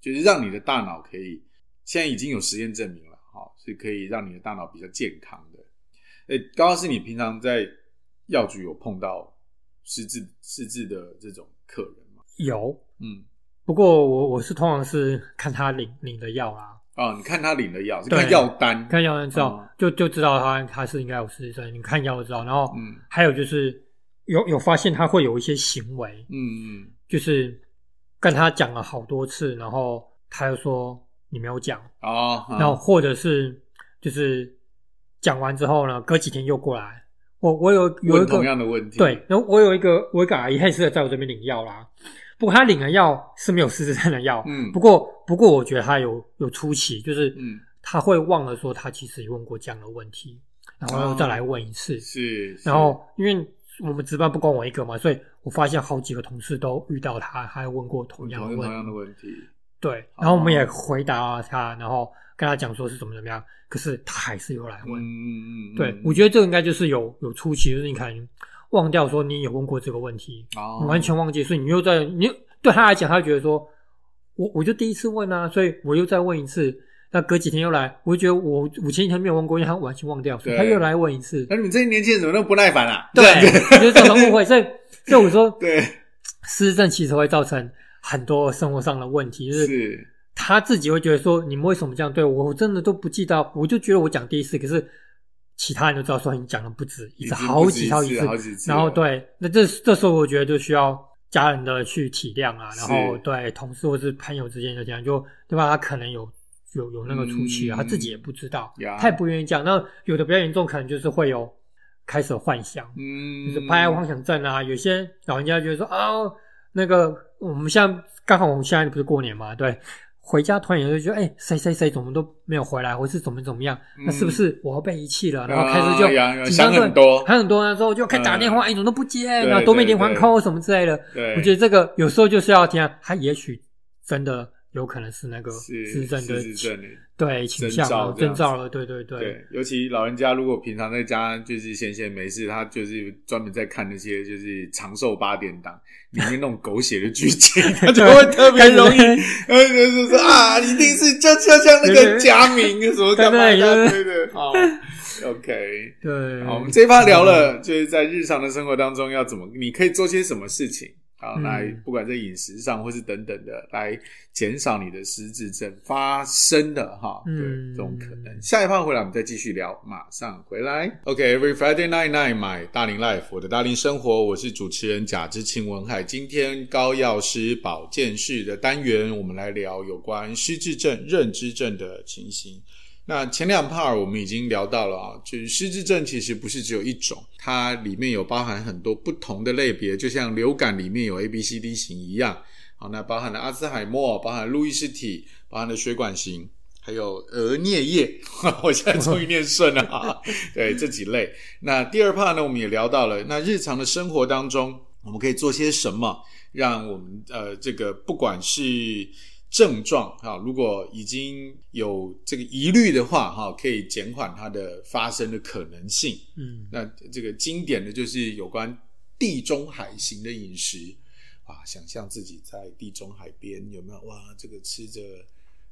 S1: 就是让你的大脑可以，现在已经有实验证明了哈、是可以让你的大脑比较健康的。诶，高老师，你平常在药局有碰到失智失智的这种客人吗？
S2: 有，
S1: 嗯，
S2: 不过我我是通常是看他领领的药啦，
S1: 哦，你看他领了药，是
S2: 对
S1: 看药单，
S2: 看药就知道，
S1: 哦
S2: 就就知道他他是应该有失智症，你看药就知道。然后
S1: 嗯
S2: 还有就是有有发现他会有一些行为，
S1: 嗯嗯，
S2: 就是跟他讲了好多次，然后他又说你没有讲，
S1: 哦，嗯
S2: 然后或者是就是讲完之后呢，隔几天又过来，我我有有一
S1: 问
S2: 个
S1: 同样的问题，
S2: 对，然后我有一个我有一个阿姨，她也是在我这边领药啦。不过她领的药是没有失智症的药，
S1: 嗯
S2: 不过不过我觉得她有有出奇，就是
S1: 嗯
S2: 她会忘了说她其实也问过这样的问题，然后
S1: 啊
S2: 又再来问一次。
S1: 是，
S2: 然后因为我们值班不光我一个嘛，所以我发现好几个同事都遇到她，还问过同
S1: 同
S2: 样的
S1: 同
S2: 问
S1: 样
S2: 题。
S1: 的问题，
S2: 对，然后我们也
S1: 哦
S2: 回答他，然后跟他讲说是怎么怎么样，可是他还是有来
S1: 嗯
S2: 问。
S1: 嗯嗯，
S2: 对，我觉得这个应该就是有有出奇，就是你可能忘掉说你有问过这个问题，
S1: 得
S2: 你完全忘记，所以你又在你又对他来讲，他会觉得说，我我就第一次问啊，所以我又再问一次。那隔几天又来，我就觉得我我前几天没有问过，因为他完全忘掉，所以他
S1: 对
S2: 又来问一次。
S1: 那你们这些年轻人怎么那么不耐烦啊？
S2: 对，就是造 成误会。所以，所以我说，
S1: 对，
S2: 失政其实会造成很多生活上的问题，就是
S1: 是
S2: 他自己会觉得说，你们为什么这样对我？我真的都不记得，啊我就觉得我讲第一次，可是其他人都知道说你讲了不止一
S1: 已
S2: 次，
S1: 经
S2: 好
S1: 不
S2: 几
S1: 止
S2: 好
S1: 一
S2: 几
S1: 次，
S2: 次。
S1: 好几次了，
S2: 然后对，那这这时候我觉得就需要家人的去体谅啊，
S1: 是
S2: 然后对同事或是朋友之间的体谅，就对吧？他可能有有有那个出气啊，
S1: 嗯
S2: 他自己也不知道
S1: 呀，
S2: 他也不愿意讲。那有的比较严重，可能就是会有开始有幻想，就
S1: 嗯，
S2: 是拍妄想症啊。有些老人家觉得说啊、哦，那个我们现在刚好我们现在不是过年嘛，对。回家突然有人就觉得，哎、谁谁谁怎么都没有回来，或是怎么怎么样，那是不是我要被遗弃了？然后开始就
S1: 嗯啊呀呀
S2: 紧张
S1: 想很多
S2: 还有很多人之后就开始打电话，
S1: 嗯
S2: 哎、你怎么都不接？
S1: 对
S2: 然后多面连环扣什么之类的。
S1: 对，
S2: 我觉得这个有时候就是要听啊，他也许真的有可能是那个
S1: 是
S2: 自证的
S1: 是
S2: 倾
S1: 正的，
S2: 对倾向
S1: 征兆
S2: 了，
S1: 这样
S2: 征
S1: 子
S2: 兆了，对对对
S1: 对， 尤其老人家如果平常在家就是闲闲没事，他就是专门在看那些就是长寿八点档里面那种狗血的剧情，他就会特别容易，呃，就是说啊，一定是就就像那
S2: 对
S1: 个
S2: 对
S1: 佳明什么干嘛
S2: 对对
S1: 的，
S2: 对
S1: 对对，好，OK。
S2: 对。
S1: 好，我们这一趴聊了，就是在日常的生活当中要怎么，你可以做些什么事情，好
S2: 嗯
S1: 来，不管在饮食上或是等等的，来减少你的失智症发生的哈，啊对
S2: 嗯
S1: 这种可能。下一趴回来我们再继续聊，马上回来。OK，Every、Friday night night，买大龄 life，我的大龄生活，我是主持人贾之晴文海。今天高药师保健室的单元，我们来聊有关失智症、认知症的情形。那前两 part 我们已经聊到了啊，就是失智症其实不是只有一种，它里面有包含很多不同的类别，就像流感里面有 A、B、C、D 型一样。好，那包含了阿兹海默，包含路易氏体，包含了血管型，还有额颞叶。 我现在终于念顺了啊！对，这几类。那第二 part 呢，我们也聊到了，那日常的生活当中，我们可以做些什么？让我们呃这个不管是症状哈，如果已经有这个疑虑的话哈，可以减缓它的发生的可能性。
S2: 嗯，
S1: 那这个经典的就是有关地中海型的饮食啊，想象自己在地中海边有没有哇？这个吃着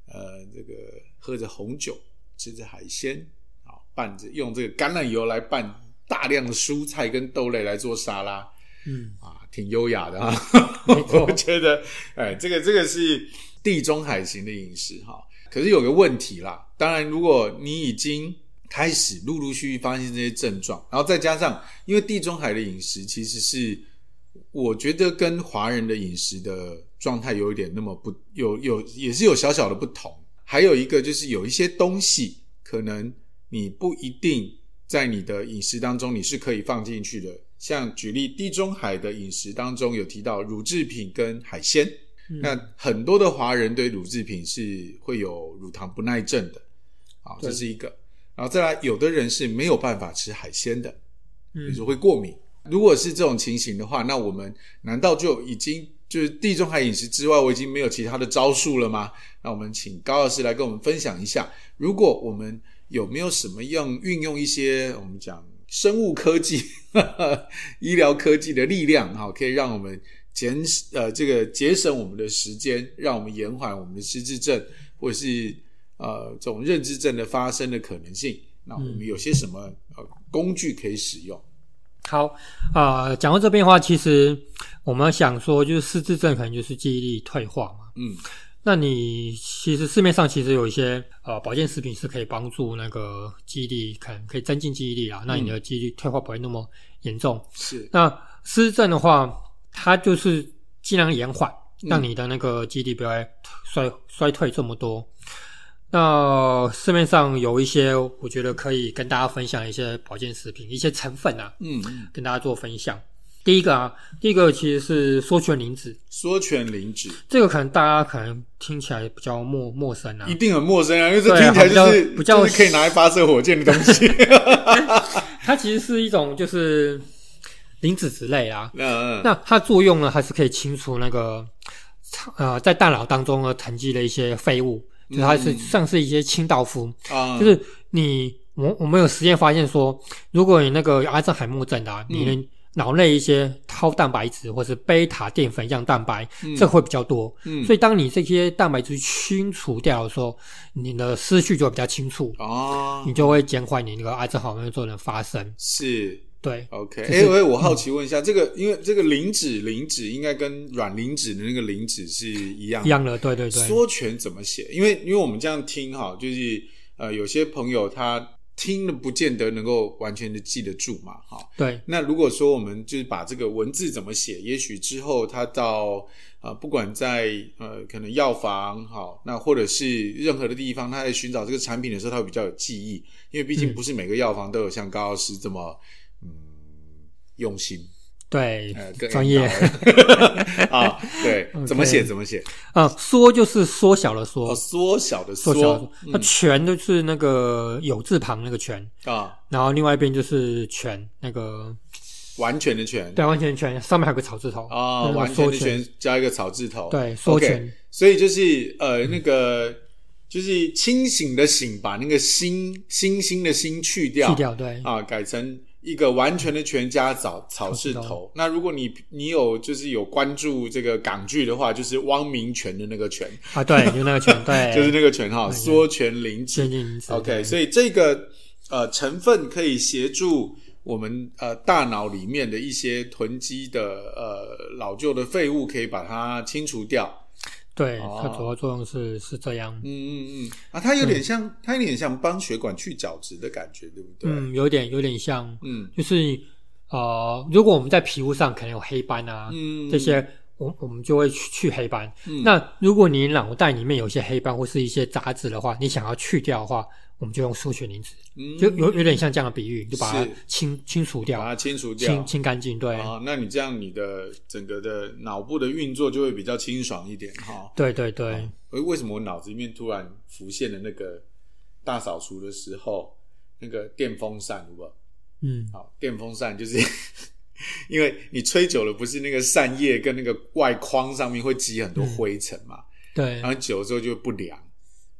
S1: 呃这个喝着红酒，吃着海鲜啊，拌着用这个橄榄油来拌大量的蔬菜跟豆类来做沙拉。
S2: 嗯，
S1: 啊，挺优雅的啊
S2: 没。错
S1: 我觉得，哎，这个这个是地中海型的饮食哈。可是有个问题啦，当然，如果你已经开始陆陆续续发现这些症状，然后再加上，因为地中海的饮食其实是，我觉得跟华人的饮食的状态有一点那么不有有也是有小小的不同。还有一个就是有一些东西，可能你不一定在你的饮食当中你是可以放进去的。像举例，地中海的饮食当中有提到乳制品跟海鲜，
S2: 嗯
S1: 那很多的华人对乳制品是会有乳糖不耐症的，啊，
S2: 对
S1: 这是一个。然后再来，有的人是没有办法吃海鲜的，比
S2: 嗯
S1: 如说会过敏。如果是这种情形的话，那我们难道就已经就是地中海饮食之外，我已经没有其他的招数了吗？那我们请高老师来跟我们分享一下，如果我们有没有什么样运用一些我们讲生物科技、 医疗科技的力量，哈，可以让我们减呃这个节省我们的时间，让我们延缓我们的失智症或是呃这种认知症的发生的可能性。那我们有些什么呃工具可以使用？
S2: 好啊、呃讲到这边的话，其实我们想说，就是失智症可能就是记忆力退化嘛。
S1: 嗯，
S2: 那你其实市面上其实有一些呃保健食品是可以帮助那个记忆力，可能可以增进记忆力啦，那你的记忆力退化不会那么严重。
S1: 是
S2: 那失智症的话，它就是尽量延缓，
S1: 嗯
S2: 让你的那个记忆力不要衰衰退这么多。那市面上有一些，我觉得可以跟大家分享一些保健食品，一些成分啊，
S1: 嗯嗯，
S2: 跟大家做分享。第一个啊，第一个其实是缩醛磷脂，
S1: 缩醛磷脂
S2: 这个可能大家可能听起来比较陌陌生啊
S1: 一。定很陌生啊，因为这
S2: 对啊
S1: 听起来就是
S2: 比较比较
S1: 就是可以拿来发射火箭的东 西。
S2: 它其实是一种就是磷脂之类啊，
S1: 嗯嗯，
S2: 那它作用呢，还是可以清除那个呃在大脑当中呢沉积了一些废物，就它是
S1: 嗯
S2: 像是一些清道夫，
S1: 啊，
S2: 就是你我我们有实验发现说，如果你那个阿兹海默症啊，
S1: 嗯
S2: 你的脑内一些超蛋白质或是贝塔淀粉样蛋白，
S1: 嗯
S2: 这会比较多。
S1: 嗯
S2: 所以当你这些蛋白质清除掉的时候，你的思绪就会比较清楚，
S1: 哦
S2: 你就会减缓你那个阿兹海默症的发生。
S1: 是
S2: 对，
S1: OK，
S2: 就
S1: 哎、
S2: 是嗯
S1: 喂，我好奇问一下，这个因为这个磷脂磷脂应该跟软磷脂的那个磷脂是一样
S2: 一
S1: 的
S2: 样的，对对对，
S1: 缩全怎么写？因为因为我们这样听哈，就是呃，有些朋友他听了不见得能够完全的记得住嘛，哈。
S2: 对
S1: 那如果说我们就是把这个文字怎么写，也许之后他到呃，不管在呃可能药房好，那或者是任何的地方，他在寻找这个产品的时候，他会比较有记忆，因为毕竟
S2: 嗯
S1: 不是每个药房都有像高老师这么嗯用心
S2: 对，
S1: 呃更
S2: 专业
S1: 啊，对，怎么写
S2: OK
S1: 怎么写，
S2: 呃，缩就是缩小的缩
S1: 哦，，缩小的
S2: 缩小的缩，那
S1: 嗯
S2: 全就是那个有字旁那个全，
S1: 啊，
S2: 然后另外一边就是全那个
S1: 完全的全
S2: 对，完全全上面还有个草字头
S1: 啊，
S2: 那个
S1: 完全
S2: 缩
S1: 的
S2: 全
S1: 全加一个草字头，
S2: 对缩全
S1: OK，所以就是呃那个就是清醒的醒，把那个心星星的心去掉，
S2: 去掉，对，
S1: 啊，改成一个完全的全加草草字
S2: 草字
S1: 头。那如果你你有就是有关注这个港剧的话，就是汪明荃的那个荃，
S2: 啊，对，就那个 全，对，
S1: 就是那个荃哈，
S2: 对
S1: 缩全灵芝
S2: 接近名词
S1: OK，
S2: 哎对
S1: 所以这个呃成分可以协助我们呃大脑里面的一些囤积的呃老旧的废物，可以把它清除掉。
S2: 对，
S1: 哦
S2: 它主要作用是是这样
S1: 嗯，嗯嗯，啊，它有点像，它有点像帮血管去角质的感觉，对不对？
S2: 嗯，有点有点像，
S1: 嗯
S2: 就是呃，如果我们在皮肤上可能有黑斑啊，
S1: 嗯，
S2: 这些我我们就会去去黑斑。
S1: 嗯
S2: 那如果你脑袋里面有一些黑斑或是一些杂质的话，你想要去掉的话，我们就用缩血磷脂，
S1: 嗯
S2: 就有有点像这样的比喻，你就把它
S1: 是
S2: 清清除
S1: 把
S2: 掉
S1: 它，清除掉
S2: 清。清干净。对，
S1: 啊，那你这样你的整个的脑部的运作就会比较清爽一点哈。
S2: 对对对
S1: 哎，，为什么我脑子里面突然浮现了那个大扫除的时候那个电风扇，有没有？
S2: 嗯，
S1: 好，电风扇就是 因为你吹久了，不是那个扇叶跟那个外框上面会积很多
S2: 嗯
S1: 灰尘嘛，
S2: 对
S1: 然，后哦久了之后就会不凉，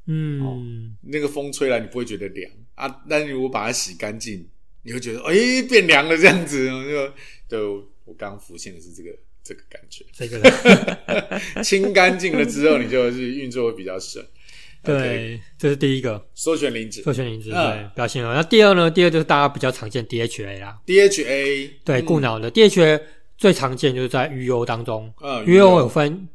S2: 嗯，
S1: 那个风吹来你不会觉得凉啊，但是如果把它洗干净，你会觉得哎、变凉了这样子，就对我我刚浮现的是这个这个感觉，
S2: 这个人
S1: 清干净了之后，你就是运作会比较顺。
S2: 对，这是第一个
S1: 缩选磷脂
S2: 做选磷脂
S1: 嗯
S2: 对比较信任。那第二呢？第二就是大家比较常见 DHA 啦，
S1: DHA
S2: 对，
S1: 嗯
S2: 固脑的 DHA 最常见就是在鱼油当中，
S1: 嗯
S2: 鱼油有分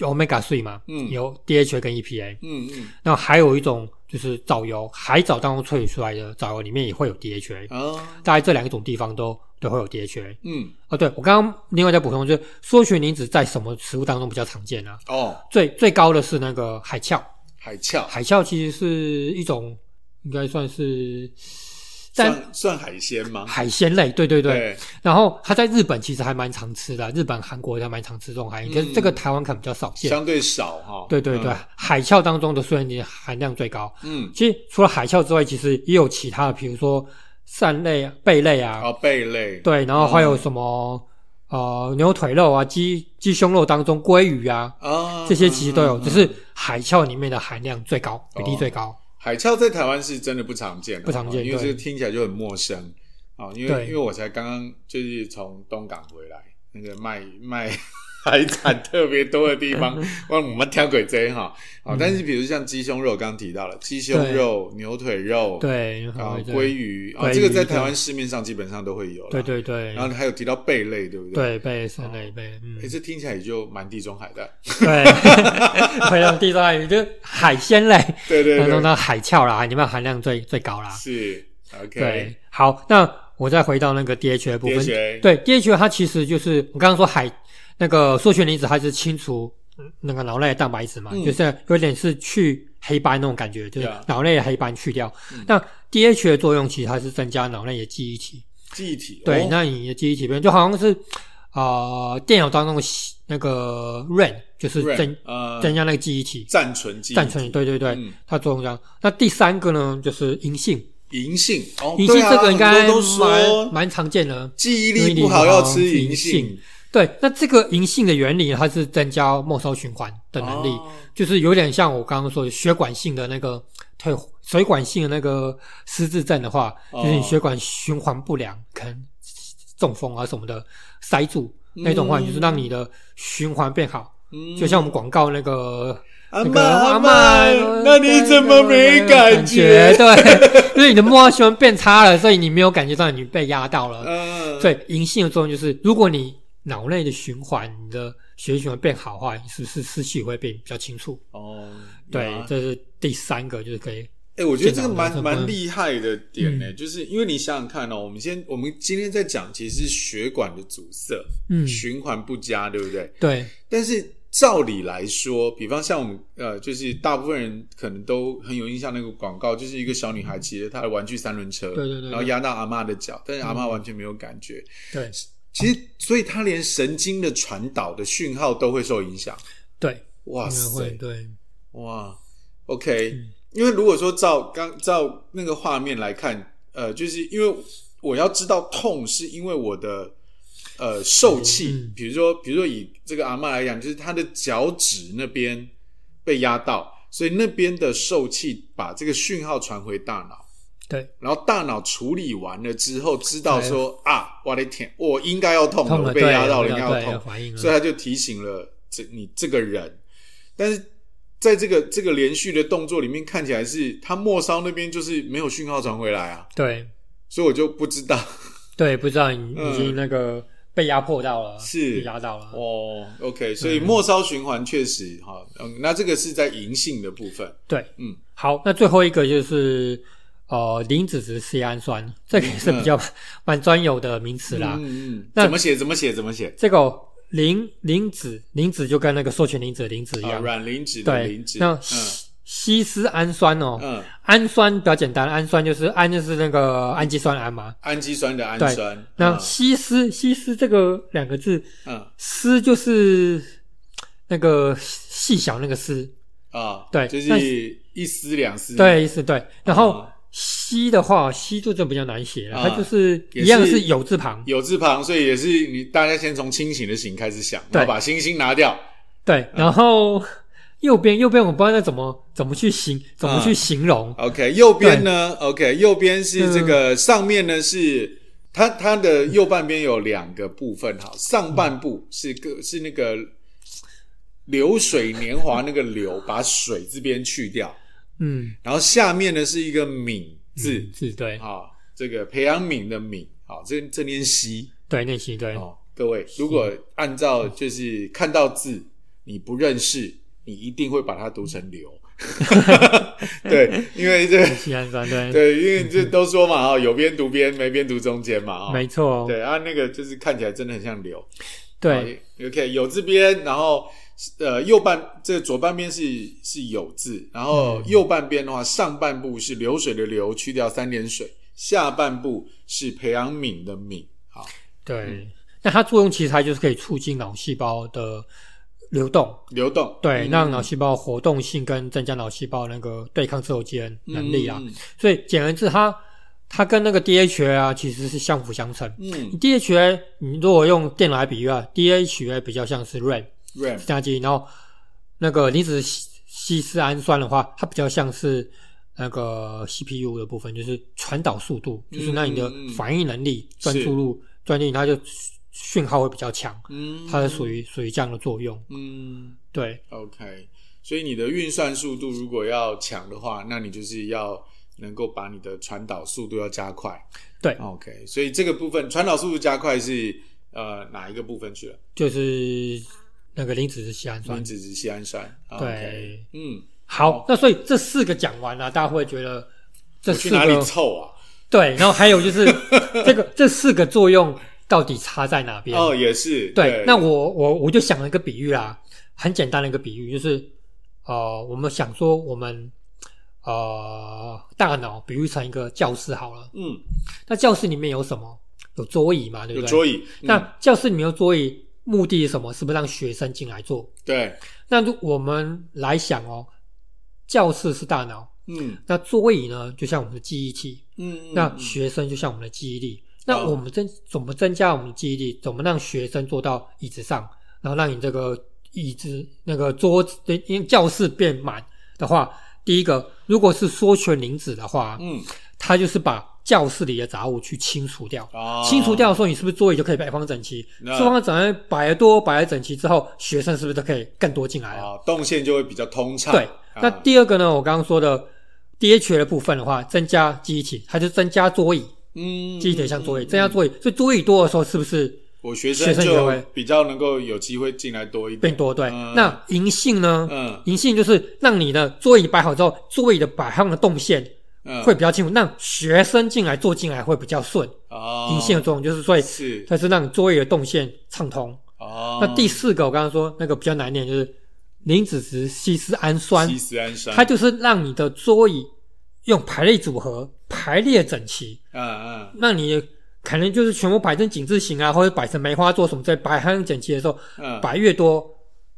S2: omega 3嘛，
S1: 嗯
S2: 有 DHA 跟 E EPA，
S1: 嗯嗯
S2: 那还有一种就是藻油，海藻当中萃取出来的藻油里面也会有 DHA，
S1: 啊
S2: 大概这两种地方都都会有 DHA。
S1: 嗯
S2: 哦，对我刚刚另外再补充，就是缩血磷脂在什么食物当中比较常见呢、啊？
S1: 哦，
S2: 最最高的是那个海鞘，
S1: 海鞘
S2: 海鞘其实是一种，应该算是在
S1: 算算海鲜吗？
S2: 海鲜类，对对对。
S1: 对，
S2: 然后它在日本其实还蛮常吃的，日本、韩国还蛮常吃这种海鲜，可是这个
S1: 嗯
S2: 台湾可能比较少见。
S1: 相对少哈。
S2: 对对对，海鞘当中的酸盐含量最高。
S1: 嗯，嗯，
S2: 其实除了海鞘之外，其实也有其他的，比如说扇类、啊、贝类啊，
S1: 啊，贝类，
S2: 对，然后还有
S1: 嗯
S2: 什么、呃牛腿肉啊、鸡鸡胸肉当中鲑鱼啊，
S1: 啊，
S2: 这些其实都有，
S1: 嗯
S2: 只是海鞘里面的含量最高，比例
S1: 哦
S2: 最高。
S1: 海鞘在台湾是真的不常见的，
S2: 不常见
S1: 哦因为这
S2: 对
S1: 个听起来就很陌生啊、哦。因为
S2: 对
S1: 因为我才刚刚就是从东港回来，那个卖卖 海产特别多的地 方，哇，我们挑鬼贼哈。好、
S2: 嗯
S1: 但是比如像鸡胸肉，刚刚提到了鸡胸
S2: 对
S1: 肉、牛腿肉，
S2: 对，
S1: 啊，
S2: 对
S1: 鲑鱼啊、
S2: 鲑鱼
S1: 这个在台湾市面上基本上都会有啦。
S2: 对对对，
S1: 然后还有提到贝类，对不对？
S2: 对贝扇类贝，嗯
S1: 哎、，这听起来也就蛮地中海的。
S2: 对，非常地道海，就是海鲜类
S1: 对对
S2: 当中
S1: 对，
S2: 的海鞘啦，里面含量最最高啦。
S1: 是 OK。
S2: 对，好，那我再回到那个 DHA 部分。
S1: DHA
S2: 对 DHA 它其实就是我刚刚说海那个缩醛离子，它是清除嗯那个脑内的蛋白质嘛，
S1: 嗯
S2: 就是有点是去黑斑那种感觉，就是
S1: Yeah
S2: 脑内的黑斑去掉。
S1: 嗯
S2: 那 DHA 的作用其实它是增加脑内的记忆体。
S1: 记忆体
S2: 对，
S1: 哦
S2: 那你的记忆体变就好像是呃电脑当中的那个 RAM，就是增
S1: RAM，呃
S2: 增加那个记忆体。
S1: 暂存记忆体
S2: 暂存，对对对，
S1: 嗯
S2: 它作用这样。那第三个呢，就是银杏，
S1: 银杏哦，
S2: 银
S1: 对
S2: 杏这
S1: 啊
S2: 个应该
S1: 很多都
S2: 蛮
S1: 说
S2: 蛮常见的。
S1: 记忆力不好要吃银
S2: 记忆力
S1: 杏，
S2: 对，那这个银杏的原理，它是增加末梢循环的能力，
S1: 哦
S2: 就是有点像我刚刚说的血管性的那个退水管性的那个失智症的话，
S1: 哦
S2: 就是你血管循环不良，可能中风啊什么的塞住那种话，
S1: 嗯
S2: 就是让你的循环变好。
S1: 嗯
S2: 就像我们广告那个
S1: 阿
S2: 那
S1: 妈
S2: 个
S1: 阿
S2: 阿
S1: 妈
S2: 嬷，
S1: 那你怎么没感觉？
S2: 对，就是你的末梢循环变差了，所以你没有感觉到你被压到了。
S1: 嗯，
S2: 所以银杏的作用就是，如果你脑内的循环，你的血液循环变好的话，你是不是思绪会变比较清楚？
S1: 哦，
S2: 对，
S1: 有啊
S2: 这是第三个，就是可以。
S1: 哎、我觉得这个
S2: 电脑
S1: 蛮
S2: 的
S1: 蛮厉害的点呢、
S2: 嗯
S1: 就是因为你想想看哦，我们先我们今天在讲其实是血管的阻塞，
S2: 嗯，
S1: 循环不佳，对不对？
S2: 对，
S1: 但是照理来说，比方像我们呃，就是大部分人可能都很有印象那个广告，就是一个小女孩骑着她的玩具三轮车，
S2: 对对对对
S1: 然后压到阿嬷的脚，但是阿嬷完全没有感觉。
S2: 对，
S1: 其实，所以她连神经的传导的讯号都会受影响。
S2: 对，
S1: 哇
S2: 应该
S1: 塞，
S2: 会对，
S1: 哇，OK，、
S2: 嗯
S1: 因为如果说照刚照那个画面来看，呃，就是因为我要知道痛是因为我的呃受气，
S2: 嗯
S1: 比如说比如说以这个阿嬷来讲，就是她的脚趾那边被压到，所以那边的受气把这个讯号传回大脑。
S2: 对，
S1: 然后大脑处理完了之后，知道说啊，我的天，我应该要痛了，
S2: 痛
S1: 我
S2: 了，
S1: 被
S2: 对
S1: 压到了，
S2: 对
S1: 应该要
S2: 对
S1: 痛
S2: 有。反应
S1: 所以
S2: 了，
S1: 他就提醒了这你这个人，但是在这个这个连续的动作里面，看起来是他末梢那边就是没有讯号传回来啊，
S2: 对，
S1: 所以我就不知道
S2: 对，不知道你
S1: 嗯
S2: 已经那个被压迫到了，
S1: 是
S2: 被压到了，
S1: 哦。OK，所以 末梢循环确实哈，嗯，那这个是在银杏的部分，
S2: 对，
S1: 嗯，
S2: 好，那最后一个就是呃磷脂质 C 氨酸，这个也是比较 蛮专有的名词啦。
S1: 嗯嗯，
S2: 那
S1: 怎么写怎么写怎么写
S2: 这个磷磷脂磷脂就跟那个授权磷脂的磷脂一
S1: 啊，
S2: 样，
S1: 软磷脂的
S2: 对
S1: 磷脂，，
S2: 那
S1: 嗯
S2: 西西斯氨酸哦，
S1: 嗯，
S2: 氨酸比较简单，氨酸就是氨就是那个氨基酸氨嘛。
S1: 氨基酸的氨酸，
S2: 那
S1: 嗯
S2: 西斯西斯这个两个字，
S1: 嗯
S2: 丝就是那个细小那个丝，
S1: 啊，
S2: 对
S1: 就是
S2: 那
S1: 一丝两丝，
S2: 对，意思对。然后
S1: 嗯
S2: 西的话，西就这比较难写了，
S1: 啊
S2: 它就是
S1: 也
S2: 一样
S1: 是
S2: 是有字旁，
S1: 有字旁，所以也是你大家先从清醒的醒开始想，
S2: 对
S1: 然后把星星拿掉。啊
S2: 对。然后右边右边我不知道那怎么怎么去形
S1: 啊
S2: 怎么去形容，
S1: OK，右边呢？OK，右边是
S2: 嗯
S1: 这个，上面呢是它它的右半边有两个部分，好，上半
S2: 嗯
S1: 部是个是那个流水年华那个流，把水这边去掉，
S2: 嗯，
S1: 然后下面呢是一个敏字啊
S2: 嗯，是对
S1: 好，这个培养皿的皿，好，这这念习
S2: 对那些对
S1: 哦，各位，如果按照就是看到字你不认识，你一定会把它读成 流。对，因为这个
S2: 西氨酸对，
S1: 对，因为这都说嘛，哦，有边读边，没边读中间嘛，哦，
S2: 没错，
S1: 对啊，那个就是看起来真的很像流。
S2: 对
S1: 哦，OK，有字边，然后呃右半这左半边是是有字，然后
S2: 嗯
S1: 右半边的话，上半部是流水的流，去掉三点水，下半部是培养皿的皿。好，嗯
S2: 对。那它作用其实它就是可以促进脑细胞的流动，
S1: 流动，
S2: 对，啊
S1: 嗯
S2: 让脑细胞活动性跟增加脑细胞那个对抗自由基的能力啦。，
S1: 嗯
S2: 所以简而言之，它它跟那个 DHA 啊其实是相辅相成。
S1: 嗯
S2: DHA 你如果用电脑来比喻啊，DHA 比较像是 RAM
S1: ，RAM，
S2: 加基，然后那个离子西斯氨酸的话，它比较像是那个 CPU 的部分，就是传导速度，
S1: 嗯
S2: 就是那你的
S1: 嗯嗯
S2: 反应能力、
S1: 是
S2: 专注力、专注力，它就讯号会比较强，
S1: 嗯，
S2: 它是属于属于这样的作用。
S1: 嗯
S2: 对，
S1: OK，所以你的运算速度如果要强的话，那你就是要能够把你的传导速度要加快。
S2: 对
S1: ，OK，所以这个部分传导速度加快是呃哪一个部分去了？
S2: 就是那个磷脂质西氨酸
S1: 磷。脂质酰氨酸。
S2: 嗯对
S1: OK，嗯，
S2: 好，那所以这四个讲完了，大家会觉得这
S1: 我
S2: 四
S1: 去
S2: 个
S1: 哪里凑啊？
S2: 对，然后还有就是 这个这四个作用到底差在哪边？
S1: 哦，也是。
S2: 对
S1: 对，，
S2: 那我我我就想了一个比喻啦，很简单的一个比喻，就是呃，我们想说我们呃大脑比喻成一个教室好了，
S1: 嗯，
S2: 那教室里面有什么？有桌椅嘛，对
S1: 有
S2: 不对？
S1: 桌椅。嗯
S2: 那教室里面有桌椅，目的是什么？是不是让学生进来坐？
S1: 对，
S2: 那如我们来想哦，教室是大脑，
S1: 嗯
S2: 那座位椅呢，就像我们的记忆体，
S1: 嗯，
S2: 那
S1: 嗯哦
S2: 学生就像我们的记忆力，那我们增怎么增加我们的记忆力？怎么让学生坐到椅子上，然后让你这个椅子那个桌子对因为教室变满的话，第一个如果是缩选零子的话，
S1: 嗯，
S2: 它就是把教室里的杂物去清除掉。
S1: 哦
S2: 清除掉的时候，你是不是座椅就可以摆放整齐？
S1: 那
S2: 桌放整齐摆得多摆得整齐之后，学生是不是就可以更多进来了？
S1: 啊，动线就会比较通畅。
S2: 对，那
S1: 啊
S2: 第二个呢，我刚刚说的 DH 的部分的话，增加记忆体，它就增加桌椅，
S1: 嗯，
S2: 记忆体像桌椅，
S1: 嗯
S2: 增加桌椅，所以桌椅多的时候是不是
S1: 我学
S2: 学
S1: 生
S2: 生也
S1: 就
S2: 会
S1: 比较能够有机会进来多一点。
S2: 变多？对，
S1: 嗯
S2: 那银杏呢？
S1: 嗯
S2: 银杏就是让你的桌椅摆好之后，桌椅的摆放的动线
S1: 嗯，
S2: 会比较清楚，让学生进来坐进来会比较顺。
S1: 哦，
S2: 银杏的作用就是，所以
S1: 是
S2: 它是让桌椅的动线畅通。
S1: 哦。
S2: 那第四个，我刚刚说那个比较难念，就是磷脂质稀释氨酸，
S1: 西斯安山，
S2: 它就是让你的桌椅用排列组合排列整齐，
S1: 嗯嗯
S2: 那你可能就是全部摆成井字形啊，或者摆成梅花座什么在摆很整齐的时候，
S1: 嗯，
S2: 摆越多，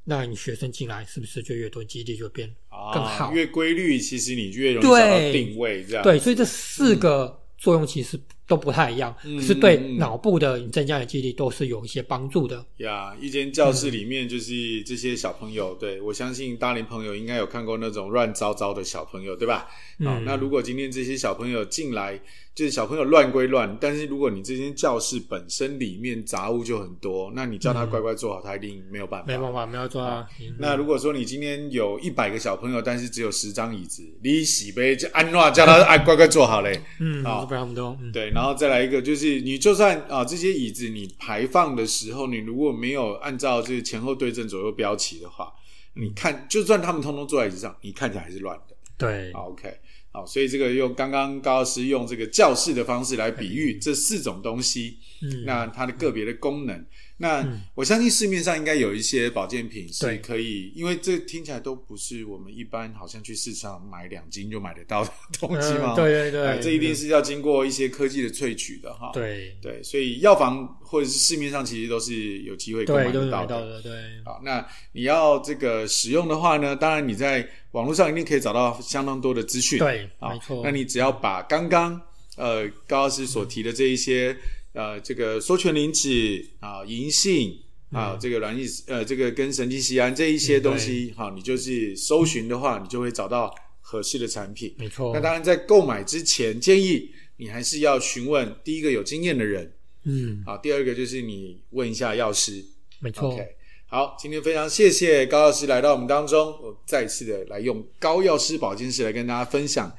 S2: 那你学生进来是不是就越多，你记忆力就变？更
S1: 啊
S2: 好
S1: 越规律，其实你越容易找到
S2: 对
S1: 定位，这样
S2: 对，所以这四个作用其实都不太一样，
S1: 嗯
S2: 可是对
S1: 嗯嗯
S2: 脑部的你增加的记忆力都是有一些帮助的。
S1: 呀一间教室里面就是这些小朋友，对我相信大龄朋友应该有看过那种乱糟糟的小朋友，对吧？
S2: 嗯
S1: 啊，那如果今天这些小朋友进来，就是小朋友乱归乱，但是如果你这间教室本身里面杂物就很多，那你叫他乖乖坐好，他一定没有办法。
S2: 没办法，没有做到。
S1: 那如果说你今天有一百个小朋友，但是只有十张椅子，你洗呗，就安诺叫他哎乖乖坐好嘞。
S2: 嗯，
S1: 好
S2: 不然我们都嗯
S1: 对，然后再来一个，就是你就算啊这些椅子你排放的时候，你如果没有按照这个前后对正左右标齐的话，你看就算他们通通坐在椅子上，你看起来还是乱的。
S2: 对
S1: 好 OK，好，所以这个用刚刚高老师用这个教室的方式来比喻这四种东西，
S2: 嗯
S1: 那它的个别的功能。那
S2: 嗯
S1: 我相信市面上应该有一些保健品是
S2: 对
S1: 可以，因为这听起来都不是我们一般好像去市场买两斤就买得到的东西嘛。
S2: 嗯对对
S1: 哎
S2: 对，
S1: 这一定是要经过一些科技的萃取的哈。
S2: 对
S1: 对，所以药房或者是市面上其实都是有机会购买
S2: 对都
S1: 得
S2: 是
S1: 到
S2: 买到
S1: 的。
S2: 的，对
S1: 好，那你要这个使用的话呢，当然你在网络上一定可以找到相当多的资讯。
S2: 对，
S1: 好
S2: 没错。
S1: 那你只要把刚刚呃高老师所提的这一些、呃这个缩醛磷脂啊、银杏啊、
S2: 嗯
S1: 这个软抑呃这个跟神经酰胺这一些东西，好、你就是搜寻的话，你就会找到合适的产品。
S2: 没错
S1: 那，当然，在购买之前，建议你还是要询问第一个有经验的人
S2: 嗯，
S1: 啊，第二个就是你问一下药师。
S2: 没错。
S1: OK，好，今天非常谢谢高药师来到我们当中，我再一次的来用高药师保健室来跟大家分享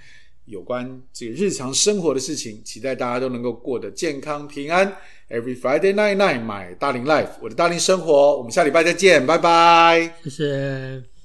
S1: 有关这个日常生活的事情，期待大家都能够过得健康平安。Every Friday night night，买大龄 life，我的大龄生活，我们下礼拜再见，拜拜。
S2: 谢谢。